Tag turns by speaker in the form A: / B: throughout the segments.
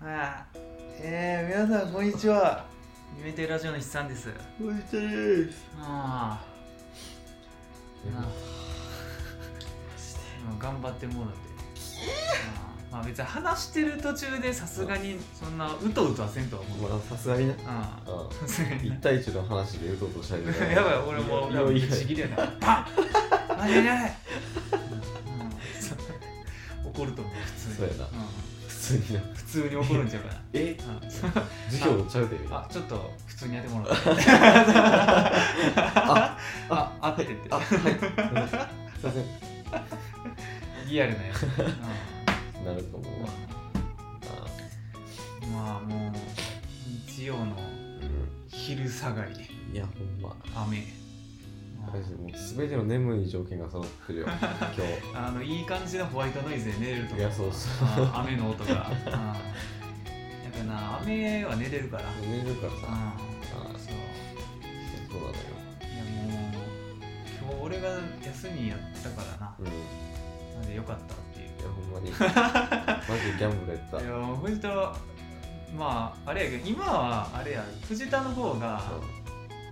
A: ああえー、皆さんこんにちは
B: 夢亭ラジオの筆さんです
A: こんにちはです
B: ああなあもう頑張ってもうだってああまあ別に話してる途中でさすがにそんなうとうとはせんとは思う
C: まあさすがにね
B: ああ
C: う
B: さすが
C: ん
B: に
C: 一対一の話でうとうとしたりとか
B: やばい俺もう
C: いやいや
B: ぶち切れなパン間違いないうん 怒ると思う普通
C: そう
B: に
C: や
B: う
C: な普通になん
B: 普通に怒るんちゃうかな
C: え
B: うん
C: 授業ちゃうで
B: あ
C: あ
B: ちょっと普通にやってもらって
C: あ
B: ああってって
C: あはいすいませ
B: リアルなやつ、
C: んなるかも
B: うん
C: あ
B: まあもう日曜の
C: う
B: 昼下がり
C: んいやほんま
B: 雨
C: 大丈夫もう全ての眠い条件が揃ってるよ 今
B: あのいい感じのホワイトノイズで寝れると
C: 日い
B: 思う
C: やそうそ
B: あ雨の音がうんやっぱな雨は寝れるから
C: う寝るからさあ
B: あ
C: あ
B: そう
C: そうなのよ
B: いやもう今日俺が休みやったからな
C: うんい
B: なんでよかったっていう
C: やほんま にマジでギャンブルやった
B: いやもう藤田はまああれやけど今はあれや藤田の方が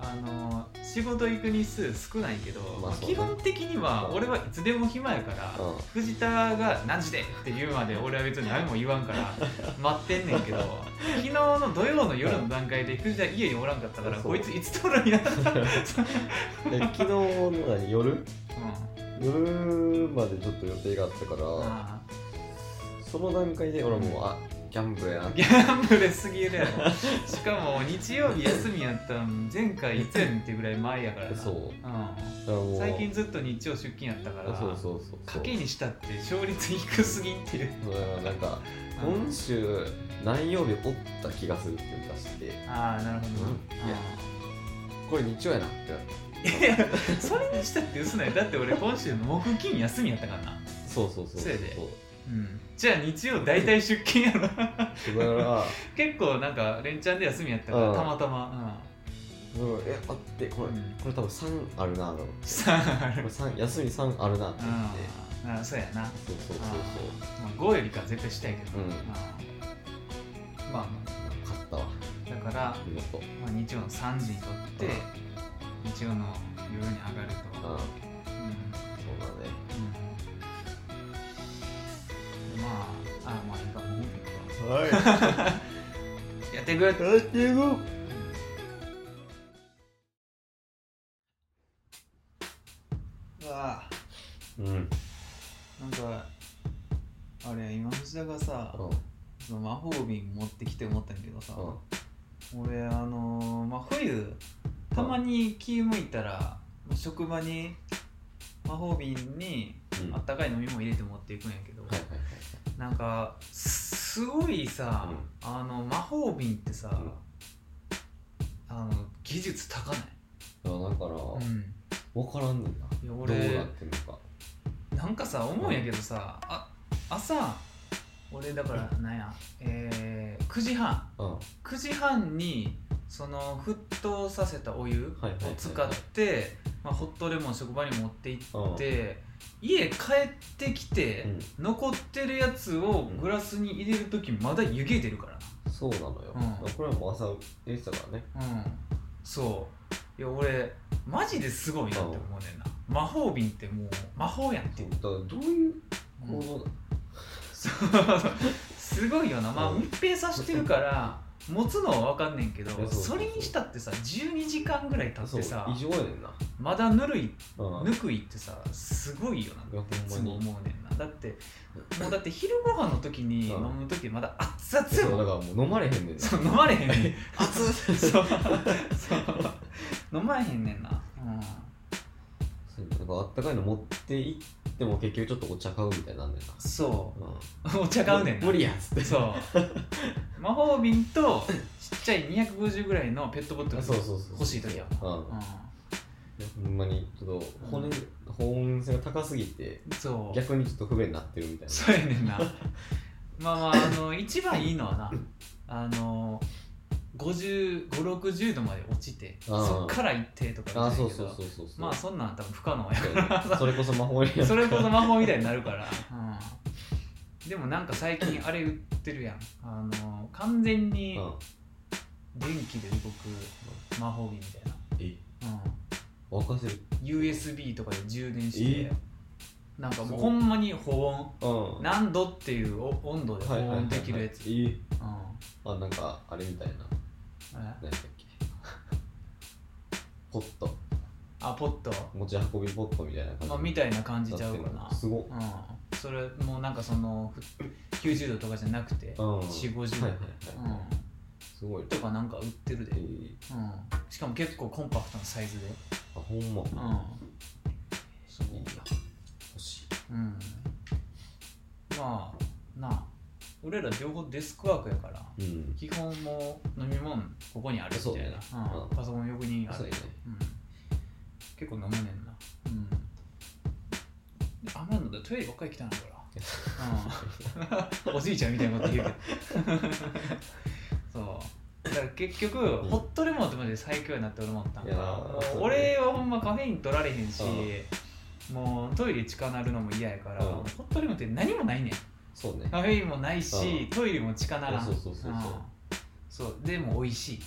B: あの仕事行く日数少ないけど、
C: まあ
B: まあ
C: そうね
B: 基本的には
C: うん
B: 俺はいつでも暇やから、
C: うん
B: 藤田が何時でって言うまで俺は別に何も言わんから 待ってんねんけど昨日の土曜の夜の段階で藤田家におらんかったから
C: そう
B: こいついつ取るんや った、うん、
C: うんえ昨日の何夜夜までちょっと予定があったから、
B: あ
C: その段階で俺もうあギャンブルやな
B: ーギャンブルすぎるやろしかも日曜日休みやったん前回いつやねんってぐらい前やからな
C: そう
B: う
C: だからも
B: ん、
C: う
B: 最近ずっと日曜出勤やったから
C: そうそうそうそ
B: 賭
C: う
B: けにしたって勝率低すぎんっていう
C: そうだからなんか今週何曜日おった気がするっていうかして
B: ああなるほど、
C: うんいやこれ日曜やなってなって
B: いやそれにしたって嘘ないだって俺今週の木金休みやったからな
C: そうそうそう
B: そうやでうんじゃあ日曜大体出勤やろ
C: そうだから
B: 結構なんか連チャンで休みやったから
C: うん
B: たまたま
C: うんえ待ってこれ、
B: うん
C: これ多分3あるなと思って
B: うんさああ
C: こ
B: る
C: れ3休み3あるなって
B: う
C: 思って、
B: んあそうやな、ま
C: そうそうそう
B: あ、5よりかは絶対したいけど、
C: うん
B: まあま
C: そう勝ったわ
B: あだから、
C: 見事うん
B: まあ、日曜の3時にとって日曜の夜に上がる
C: そう
B: と、
C: だね
B: うんまあ、あ、まあ、いいかも。
C: はい
B: やってくれ。
C: やっていこう
A: あ
C: うん
A: あなんかあれ今藤田がさ
C: うん
A: その魔法瓶持ってきて思ったんやけどさ
C: うん
A: 俺あのーまあ冬たまに気向いたら職場に魔法瓶に
C: うん
A: あったかい飲み物入れて持っていくんやけど、
C: はいはい
A: なんかすすごいさ、あの魔法瓶ってさ、
C: うん
A: あの技術高ない、
C: はいいやだか
A: う
C: ら、
A: ん、
C: 分からんねんない
A: や
C: どうな
A: 俺
C: ってんのか
A: なんかさ思うんやけどさあ朝俺だからなんや、えー、9時半
C: うんは
A: 9時半にその沸騰させたお湯
C: いはいはい
A: を
C: はい
A: 使って、まあ、ホットレモン職場に持って行
C: うん
A: って家帰ってきて、
C: う
A: 残ってるやつをグラスに入れる時まだ湯気出るから
C: ん、そうなのよ、
A: うん
C: これはもう朝言ってたからね
A: なうんそういや俺マジですごいなって思うねんな魔法瓶ってもう魔法やんってい
C: だ
A: う、
C: からどういう
A: うん
C: 行動だ、
A: そうすごいよなまあ
C: うん
A: 密閉させてるから持つのは分かんねんけど
C: そうそうそう
A: それにしたってさ12時間ぐらい経
C: そ
A: っ
C: う
A: てさ
C: 異常やねんな
A: まだぬるい
C: うん
A: ぬくいってさすごいよなって
C: いや
A: い
C: ほ
A: つ
C: んま
A: も
C: に
A: 思うねんなだってもうだって昼ご飯の時に飲
C: うん
A: む時まだ熱々
C: そ
A: や
C: う
A: も
C: だ
A: ん
C: からもう飲まれへんねんな
A: そう飲まれへんね ん
C: 熱っ
A: そうそう飲まれへんねんなうん
C: そうだからあったかいの持って行っても結局ちょっとお茶買うみたいになんねんな
A: そ
C: うん
A: うお茶買うねんな
C: 無理やっつって
A: そう 魔法瓶とちっちゃい250ぐらいのペットボトル
C: あそうそうそう
A: 欲しい時や
C: うん
A: もん、
C: ほんまにちょっと骨、保温性が高すぎて
A: うん、そう
C: 逆にちょっと不便になってるみたいな
A: そうやねんなまあまああの一番いいのはなあの5060度まで落ちて
C: あー
A: そっから一定とか
C: あ
A: みたい
C: そ
A: な
C: う
A: けど
C: そうそうそうそう
A: まあそんなん多分不可能や
C: それこそ魔法に
A: それこそ魔法みたいになるから、うん
B: でもなんか最近あれ売ってるやんあの完全に
C: うん
B: 電気で動く魔法瓶みたい
C: え
B: な、
C: 沸かせる
B: うん、USB とかで充電して
C: え
B: なんかもう
C: すご
B: ほ
C: い
B: んまに保温
C: うん
B: 何度っていうお温度で保温できるやつ、
C: い
B: う
C: い
B: ん
C: あなんかあれみたいな
B: え
C: 何だっけ ポット
B: あポット、
C: 持ち運びポットみたいな感じ
B: まあ、みたいな感じちゃうか
C: な
B: な
C: ってるすごっ
B: うん、それもなんかそのふ90度とかじゃなくて
C: うん
B: 4 5 0
C: は
B: 度
C: い
B: で、
C: はいはい
B: うん、
C: すごいね
B: とかなんか売ってるで、
C: え
B: うん、
C: ー
B: しかも結構コンパクトなサイズで、
C: あほんま
B: うん
C: すごいや欲しい
B: うん、まあなあ俺ら両方デスクワークやから
C: うん
B: 基本もう飲み物ここにあるみたいなう
C: そうね
B: ん
C: うん
B: パソコン横にあ
C: そう
B: る
C: やね
B: うん、結構飲むねんな、うん、甘いのでトイレばっかり来たんだから、う ん、おじいちゃんみたいなこと言うけどそうだから結局、
C: ん
B: ホットレモンってマジで最強になって俺思ったんか
C: いやー
B: も
C: そううね
B: 俺はほんまカフェイン取られへんしもうトイレ近なるのも嫌やから、
C: うん
B: ホットレモンって何もないねん
C: そうね
B: カフェインもない
C: うん
B: しトイレも近ならん
C: そうそうそうそう
B: そうそうでも美味しい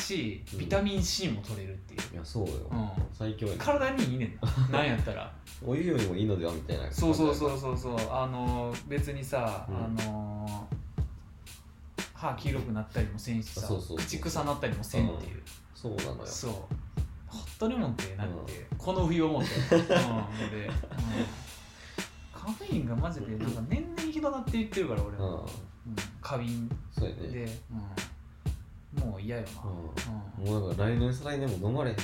B: しビタミン C も取れるっていう、
C: いやそうよ
B: うん、
C: 最強やね
B: 体にいいねん ななんやったら
C: お湯よりもいいのではみたいな感じ
B: そうそうそうそうそうあのー別にさ、
C: うん
B: あのー歯黄色くなったりもせんしさ
C: そうそうそう
B: 口臭なったりもせんっていう、
C: そうなのよ
B: そうホットレモンってなって、この冬 思って、うん、で、うん、カフェインがマジでなんか年々ひどなっていってるから俺
C: う
B: は、
C: ん
B: うん、過敏
C: そうやね
B: で、うん、もう嫌よな、う
C: う
B: ん
C: んもうなんか来年再来年も飲まれへん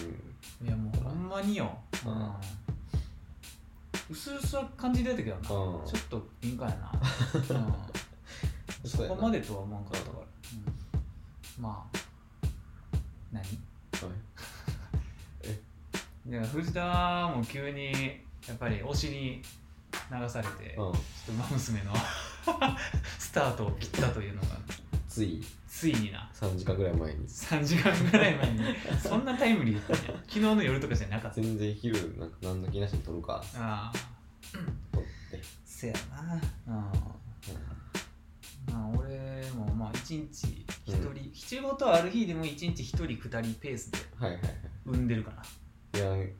B: いやもうほんまによ、
C: う
B: うんん、薄々は感じ出たけどな、
C: うん
B: ちょっと敏感や な、うん、そ
C: そうやな
B: こまでとは思わんかったから、うん、まあ何で藤田も急にやっぱり推しに流されて、ち
C: う
B: ょっ
C: ん
B: と馬娘の スタートを切ったというのが
C: つい
B: ついにな
C: 3時間ぐらい前に
B: 3時間ぐらい前にそんなタイムリーやったんや昨日の夜とかじゃな かった
C: 全然昼なんか何の気なしに撮るか
B: ああ
C: 撮って
B: せやなうんまあ、俺もまあ一日一人、
C: う
B: 仕事ある日でも一日一人二人ペースで
C: はいはいは
B: 産んでるから
C: いいや
B: う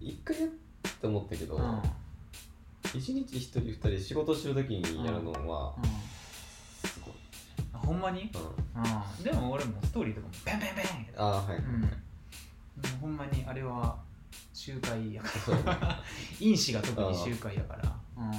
C: 一回やって思ったけど
B: んうんうん
C: 一日一人二人仕事してる時にやるのはすごい
B: あほんまに、
C: うん
B: うん、でも俺もストーリーとかもペンペンペンやけど
C: ああはい
B: うんもうほんまにあれは集会や か
C: そうやね
B: ら因子が特に集会やからうん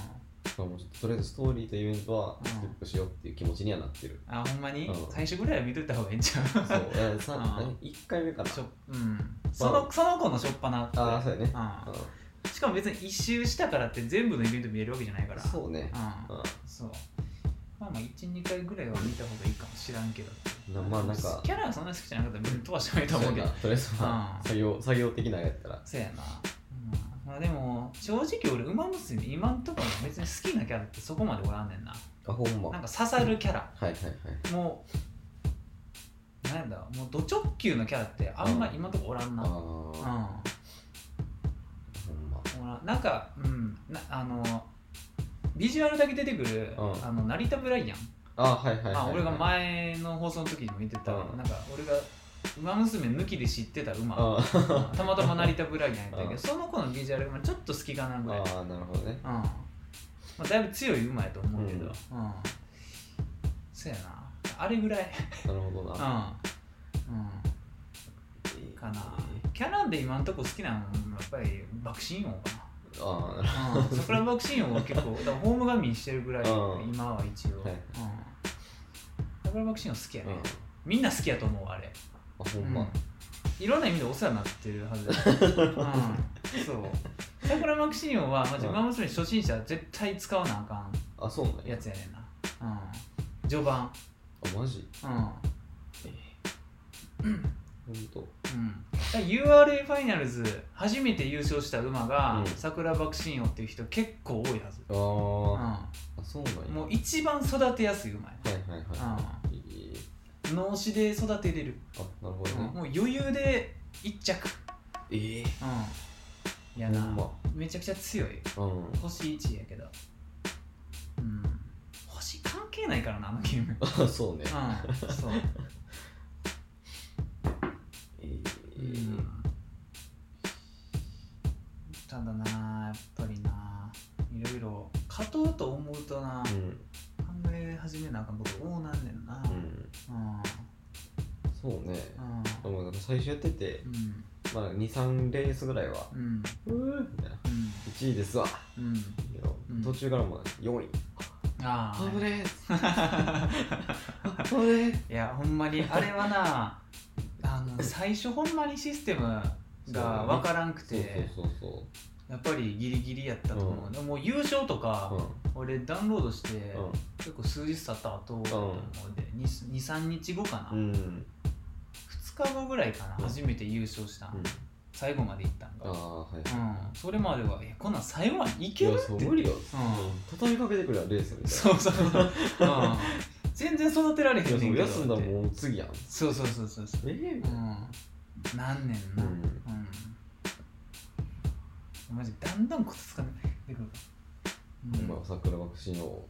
C: まあもうちょっととりあえずストーリーとイベントはステップしようっていう気持ちにはなってる
B: あほんまに、
C: うん
B: 最初ぐらいは見といた方がいいんちゃう
C: そういやさ
B: うん
C: 何一回目か な
B: しょうんそのその子のしょっぱな
C: ああそうやね
B: うん
C: う
B: しかも別に一周したからって全部のイベント見れるわけじゃないから
C: んそうね
B: うん
C: う
B: そうまあまあ12回ぐらいは見た方がいいかもしらんけど
C: なまあなんか
B: キャラはそんな好きじゃなかったら別に飛ばしてもいいと思う
C: んそう
B: け
C: や
B: ど
C: な とりあえずま
B: う
C: あ
B: ん
C: 作業作業的なやったら
B: そうやな、うん、まあでも正直俺ウマ娘今んところ別に好きなキャラってそこまでおらんねんな
C: あほんま
B: なん
C: はい
B: か刺さるキャラ
C: はいはい
B: もうなんだもうド直球のキャラってあんま今んところおらんな
C: ああ
B: うん
C: ほんま
B: おらんなんかうんなあのビジュアルだけ出てくる、
C: うん
B: あの成田ブライアン
C: あはいはいはい
B: まあ、
C: はい
B: 俺が前の放送の時にも言ってた、
C: うん
B: なんか俺が「馬娘」抜きで知ってた馬、
C: あー
B: たまたま成田ブライアンやったんやけ
C: うん
B: どその子のビジュアルがちょっと好きかなぐらい、うん
C: あーなるほどね
B: まあ、だいぶ強い馬やと思うけど、
C: うん
B: うんそうやなあれぐらい、
C: なるほど
B: うん
C: な
B: うん、かなキャラで今んとこ好きなのはやっぱり爆心王か
C: ああなる
B: な、 うん、桜爆心王は結構だからホーム画面してるぐらい
C: うん
B: 今は一応、
C: はい
B: うん、桜爆心王好きや
C: ほど
B: ね、
C: うん
B: みんな好きやと思うあれ
C: あほんま
B: うんいろんな意味でお世話になってるはずだ、 うん、そう桜マクシーンはマジ
C: うん
B: 馬娘初心者絶対使わなあかん
C: あそうなん
B: や
C: や
B: つやねんな、うん、序盤
C: あマジ
B: うん、うん、
C: ほんと
B: だから URA ファイナルズ初めて優勝した馬が、
C: うん
B: 桜マクシーンっていう人結構多いはず、
C: あ
B: う
C: ーあそうなんや
B: ん、もう一番育てやすい馬や
C: はいはいはいいい
B: 脳死で育てれる、
C: あなるほ
B: う
C: ど
B: ん、
C: ね
B: もう余裕で一着
C: ええ
B: うんいや
C: ほ
B: な、
C: んま
B: めちゃくちゃ強い
C: うん
B: 星1やけどうん係ないからなあのゲー ム
C: あそうね、
B: うんそう、
C: えー
B: うん、ただなやっぱりないろいろ勝とうと思うとな、
C: うん
B: 考え始めなあかんこと多なんねんな
C: うん
B: うん
C: そうね
B: う
C: でもなんか最初やってて、
B: んうん
C: まあ、23レースぐらいは
B: うん
C: うーみたいな1位ですわ
B: うんうん
C: 途中からもう4位
B: ああ
C: 危ねえ危ね
B: いやほんまにあれはなあ の最初ほんまにシステムが分からんく
C: え
B: て
C: そうそうそう
B: やっぱりギリギリやったと思う、
C: うん
B: でももう優勝とか、
C: そう
B: 俺ダウンロードして、
C: う
B: 結構数日経った後だと思うで、23日後かな、
C: んうんうん
B: 2日後ぐらいかな
C: うん
B: 初めて優勝した、
C: うん
B: 最後まで行ったん
C: あ
B: が、
C: あはい
B: うん、それまではえこんなん最後までい
C: い
B: ける
C: やそう無理よ
B: うん
C: 畳みかけてくれよレースみたいな
B: そうそうそう、うん、全然育てられへん
C: いや
B: ね
C: そ
B: ん
C: う
B: けど
C: 休んだらもう次やん
B: そうそうそうそうそう
C: ええ
B: うんなんねんな、
C: う
B: うんんマジだんだんコツつかんでくるう
C: まあ桜爆心王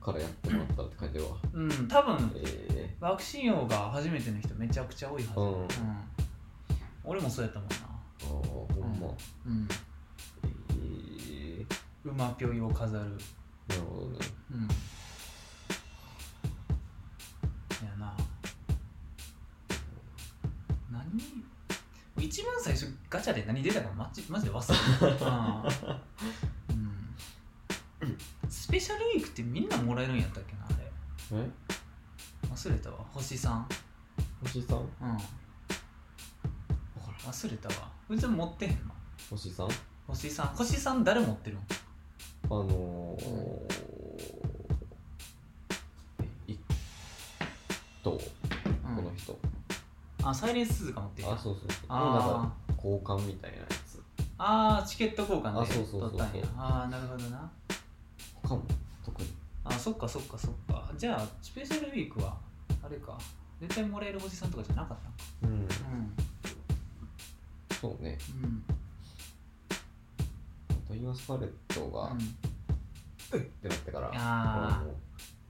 C: からやってもらったって感じは
B: ん、うん、多分
C: え
B: ワクチン王が初めての人めちゃくちゃ多いはず、
C: う
B: うんん俺もそうやったもんな
C: えああほんま
B: うん
C: え
B: 馬ぴょいを飾る
C: えなるほどね
B: うんやな何一番最初ガチャで何出たかマジマジで忘れた、うんうん、スペシャルウィークってみんなもらえるんやったっけなあれ
C: え
B: 忘れたわ星さん
C: 星さん
B: うん忘れたわこいつ持ってへんの
C: 星さん
B: 星さん星さん誰持ってるん
C: あのーえ一等こ
B: うん
C: の人
B: あサイレンス鈴鹿持ってる
C: あそうそうそうなんか
B: あ
C: 交換みたいなやつ
B: ーあーチケット交換
C: あ
B: で
C: そうそうそ
B: 取
C: う
B: ったんやああなるほどな
C: 他も特に
B: あそっかそっかそっかじゃあスペシャルウィークはあれか絶対もらえる星さんとかじゃなかったんかう
C: うん
B: ん
C: そうね
B: うん
C: あとイワスパレットが
B: うん
C: ってなってから
B: あ
C: もう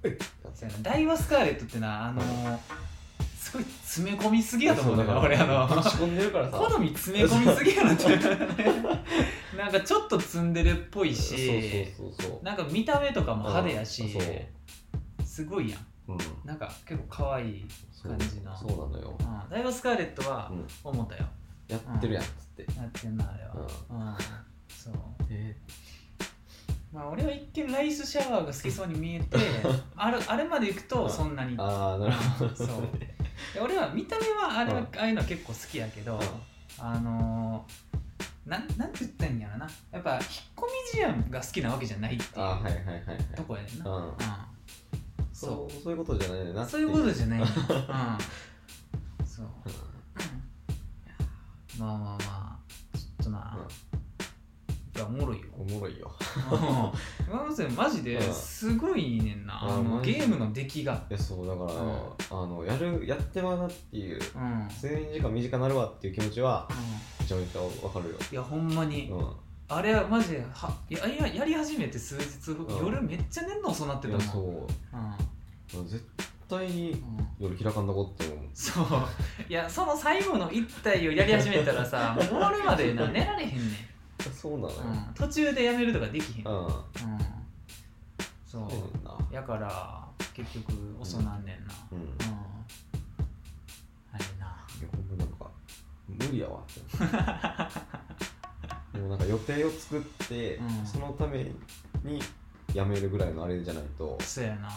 C: えっ
B: そうやなダイワスカーレットってなあのーすごい詰め込みすぎやと思うんだから俺あの
C: 持ち込んでるからさ
B: 好み詰め込みすぎやなって なんかちょっとツンデレっぽいし
C: そうそうそうそう
B: なんか見た目とかも派手やし、
C: うんそう
B: すごいやん
C: うん
B: なんか結構可愛い
C: そう
B: 感じの
C: そうなのよ
B: うんダイワスカーレットは
C: うん
B: 思ったよ
C: やってるやんっつって
B: やってんなあれはうんそう
C: え
B: まあ俺は一見ライスシャワーが好きそうに見え てあれあれまで行くとそんなに
C: ーああなるほど
B: そうで俺は見た目はあれはああいうの結構好きやけどあのーなんなんて言ったらいいんやろなやっぱ引っ込み思案が好きなわけじゃないっていう
C: あーはいはいはいはい
B: とこやねんな
C: う
B: うん
C: ん
B: そ
C: そうそういうことじゃないねんな
B: う
C: って
B: そう
C: い
B: いううことじゃないんやうんそうまあまあまあちょっとな
C: うん
B: やっぱおも ろいよ
C: うんおもろいよ
B: うん山本さんマジ
C: うん
B: ですごいねんな、
C: うん
B: あの
C: マジ
B: ゲ
C: で
B: ームの出来が
C: いやそうだから、
B: うん
C: あのやるやってまうなっていう
B: うん、うん、
C: 睡眠時間短くなるわっていう気持ちはめちゃめちゃわかるよ
B: いやほんまに、
C: う
B: あれはマジではいやいややり始めて数日、
C: ん
B: 夜めっちゃ寝んの遅なって
C: んい
B: た
C: や
B: もん
C: そう
B: うん
C: 絶対に
B: うん
C: 夜開かんだこって思う
B: そういやその最後の一体をやり始めたら さもうあれまでな寝られへんねん、
C: そうなのよ
B: うん、途中でやめるとかできへん、うん、
C: うん
B: そう
C: そうやねんな
B: やから結局遅なんねんな、
C: うんい
B: うんあれな
C: やほんまなんか無理やわ って思うでもなんか予定を作って、
B: うん
C: そのためにやめるぐらいのあれじゃないと
B: そうやな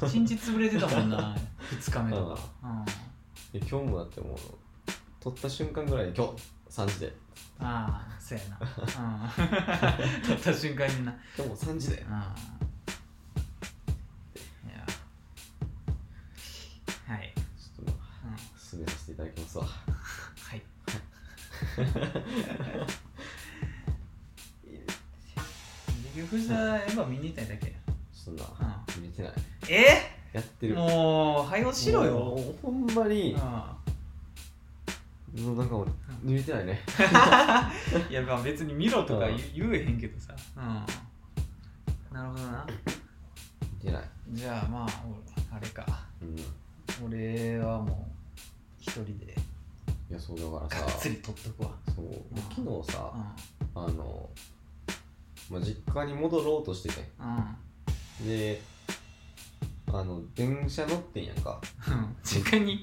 B: 1日潰れてたもん な2日目とか、うん、
C: いや今日もだってもう撮った瞬間ぐらいに今日3時で
B: ああそうやな、 うん、撮った瞬間にな、
C: 今日も3時で
B: うん、いやはい、
C: ちょっとまあ
B: うん、
C: 進めさせていただきますわ
B: はい結局じゃあエヴァ見に行ったんだけ
C: そんな、見れてない
B: え
C: やってる
B: もう早押しろ
C: も
B: よ
C: うほんまに
B: うん、
C: もうなんかもう見れてないね
B: いやまあ別に見ろとか言う言えへんけどさ、うん、なるほどな
C: 見て偉い、
B: じゃあまあおあれか
C: うん、い
B: 俺はもう一人で
C: やそうだから
B: が
C: さ
B: っつり取っとくわ
C: そうで昨日さ
B: う
C: あの、まあ、実家に戻ろうとしてて
B: んうん
C: であの電車乗ってんやんか
B: うん実家に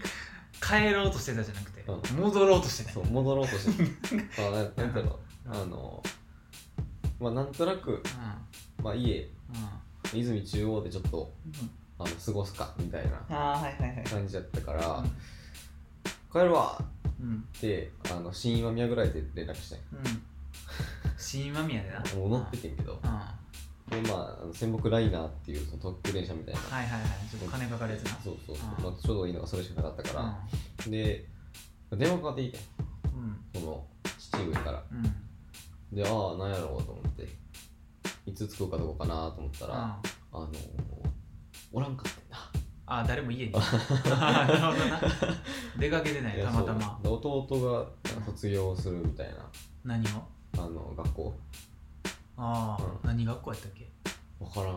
B: 帰ろうとしてたじゃなくて、
C: う
B: 戻ろうとしてた
C: そう戻ろうとし ててあななんだろ
B: う
C: う
B: ん
C: あのまあなんとなく、まあ、家
B: うんうん
C: 泉中央でちょっとあの過ごすかみたいな
B: ああはいはいはい
C: 感じだったから、帰るわ
B: うん
C: ってあの新今宮ぐらいで連絡してん
B: うん新今宮でな
C: もう乗っててんけど
B: うんは
C: でまああの仙北ライナーっていうその特急電車みたいない
B: はいはいちょっと金かかるやつな
C: そうそうそう、
B: うん
C: まあ、ちょうどいいのがそれしかなかったから、で電話かかっていいね
B: うんうん
C: その父上から
B: うん
C: でああなんやろうと思っていつ着くかどうかなと思ったら、あ
B: あ
C: のおらんかった
B: あー誰も 家になるほどな出かけてなんい
C: や
B: たまた
C: そ
B: ま
C: うで弟が卒業するみたいな
B: 何を
C: あの学校
B: ああ、
C: うん
B: 何学校やったっけ
C: わからん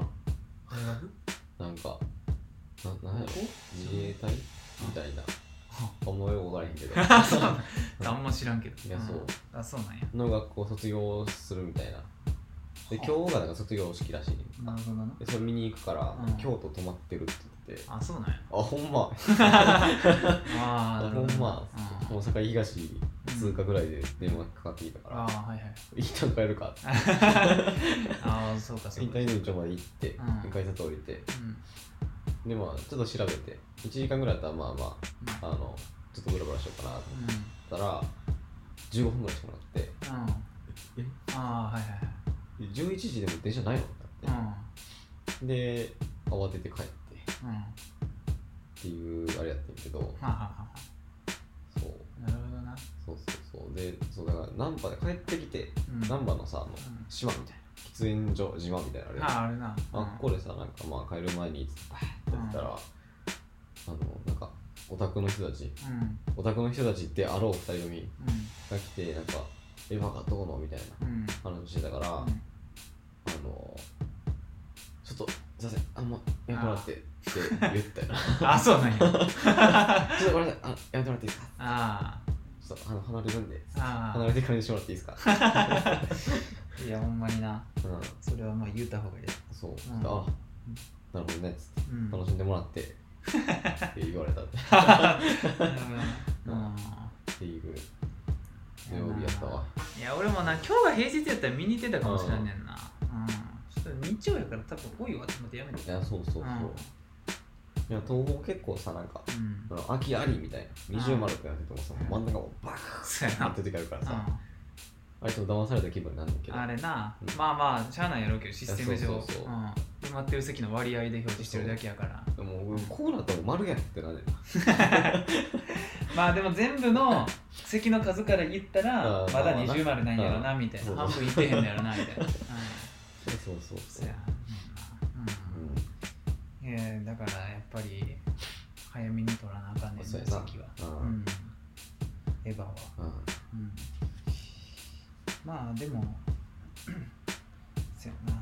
B: 大学
C: なんかななんや
B: 高
C: ろ
B: 校
C: 自衛隊みたいなあんまよくわからへん けど
B: あそうなん あんま知らんけど
C: いやそうん
B: あそうなんや
C: の学校卒業するみたいなで
B: はあ
C: 今日がなんか卒業式らしいねん
B: なるほどな
C: でそれ見に行くから、
B: うん
C: 京都泊まってるって言って
B: あそうなんや
C: あほんま
B: ああ
C: あ
B: なる
C: ほ
B: ほど
C: んま
B: うん
C: 大阪東通過ぐらいで電話かかってきたから
B: ああはいはい
C: 「一旦帰るか」
B: ああそうかそう
C: 一
B: か
C: 旦の町まで行って、
B: うん
C: 改札降りて
B: うん
C: でまあちょっと調べて1時間ぐらいだったらまあまああのちょっとブラブラしようかなと
B: うん
C: 思ったら15分ぐらいしてもらって
B: うんうんああはいはい
C: 「え11時でも電車ないの?」って
B: う
C: なっ
B: ん
C: てで慌てて帰ってっ
B: うんは
C: ていうあれやってんけど
B: あはあは
C: そう
B: あなるほどな
C: そうそうそうでそうだから難波で帰ってきて
B: うん
C: 難波のさあの
B: ん
C: 島みたいな喫煙所島みたいなあれ
B: あああれな
C: あっこでさ、なんかまあ帰る前にバーってやったら、あの、なんか、オタクの人たち、
B: うんうん
C: オタクの人たちってあろう二人組が来て、なんか、エヴァがどうのみたい
B: うんうん
C: な話してたから、あの、ちょっと、すいません、あんま、やめてもらってって言ったよ な。
B: あそうなんや
C: ちょっとごめんなさい、あやめてもらっていいですか
B: あ
C: ちょっとあの離れるんで、
B: ああ
C: 離れてからにしてもらっていいですか
B: あいやほんまにな
C: うん、
B: それはまあ言うた方がいい
C: そう、ちょ
B: う
C: っ
B: ん
C: とあ、なるほどね、つって、
B: うん
C: 楽しんでもらって、って言われたって
B: うんうん
C: っていう、土曜日やったわ。
B: いや俺もな今日が平日やったら見に行ってたかもしれんねんなうんちょっと日曜やから多分多いわって思ってやめて
C: いやそうそうそう、
B: うん
C: いや東宝結構さなんか
B: うん
C: あの秋ありみたいな二重丸ってなっててもさ、
B: うん
C: 真ん中もバカ
B: そうや
C: ーンっ
B: な
C: て出てくるから
B: う
C: さ、
B: ん
C: あれちょっと騙された気分になんだけど
B: あれな、
C: うん
B: まあまあしゃあないやろうけどシステム上
C: いやそうそう
B: うん
C: そう
B: 埋まってる席の割合で表示してるだけやから
C: でも俺こうなったら丸やんってなる
B: まあでも全部 の席の数から言ったら
C: うん
B: まだ20丸なんやろな
C: うん
B: みたい
C: そう
B: な半分いってへんのやろなみ たいな、うん、
C: そうそう
B: そやねんなうんいやだからやっぱり早めに取らなあかんねんな
C: そう
B: 席
C: やな
B: は、う
C: う
B: んん、エヴァは
C: うん、うん、
B: うんまあでも そやな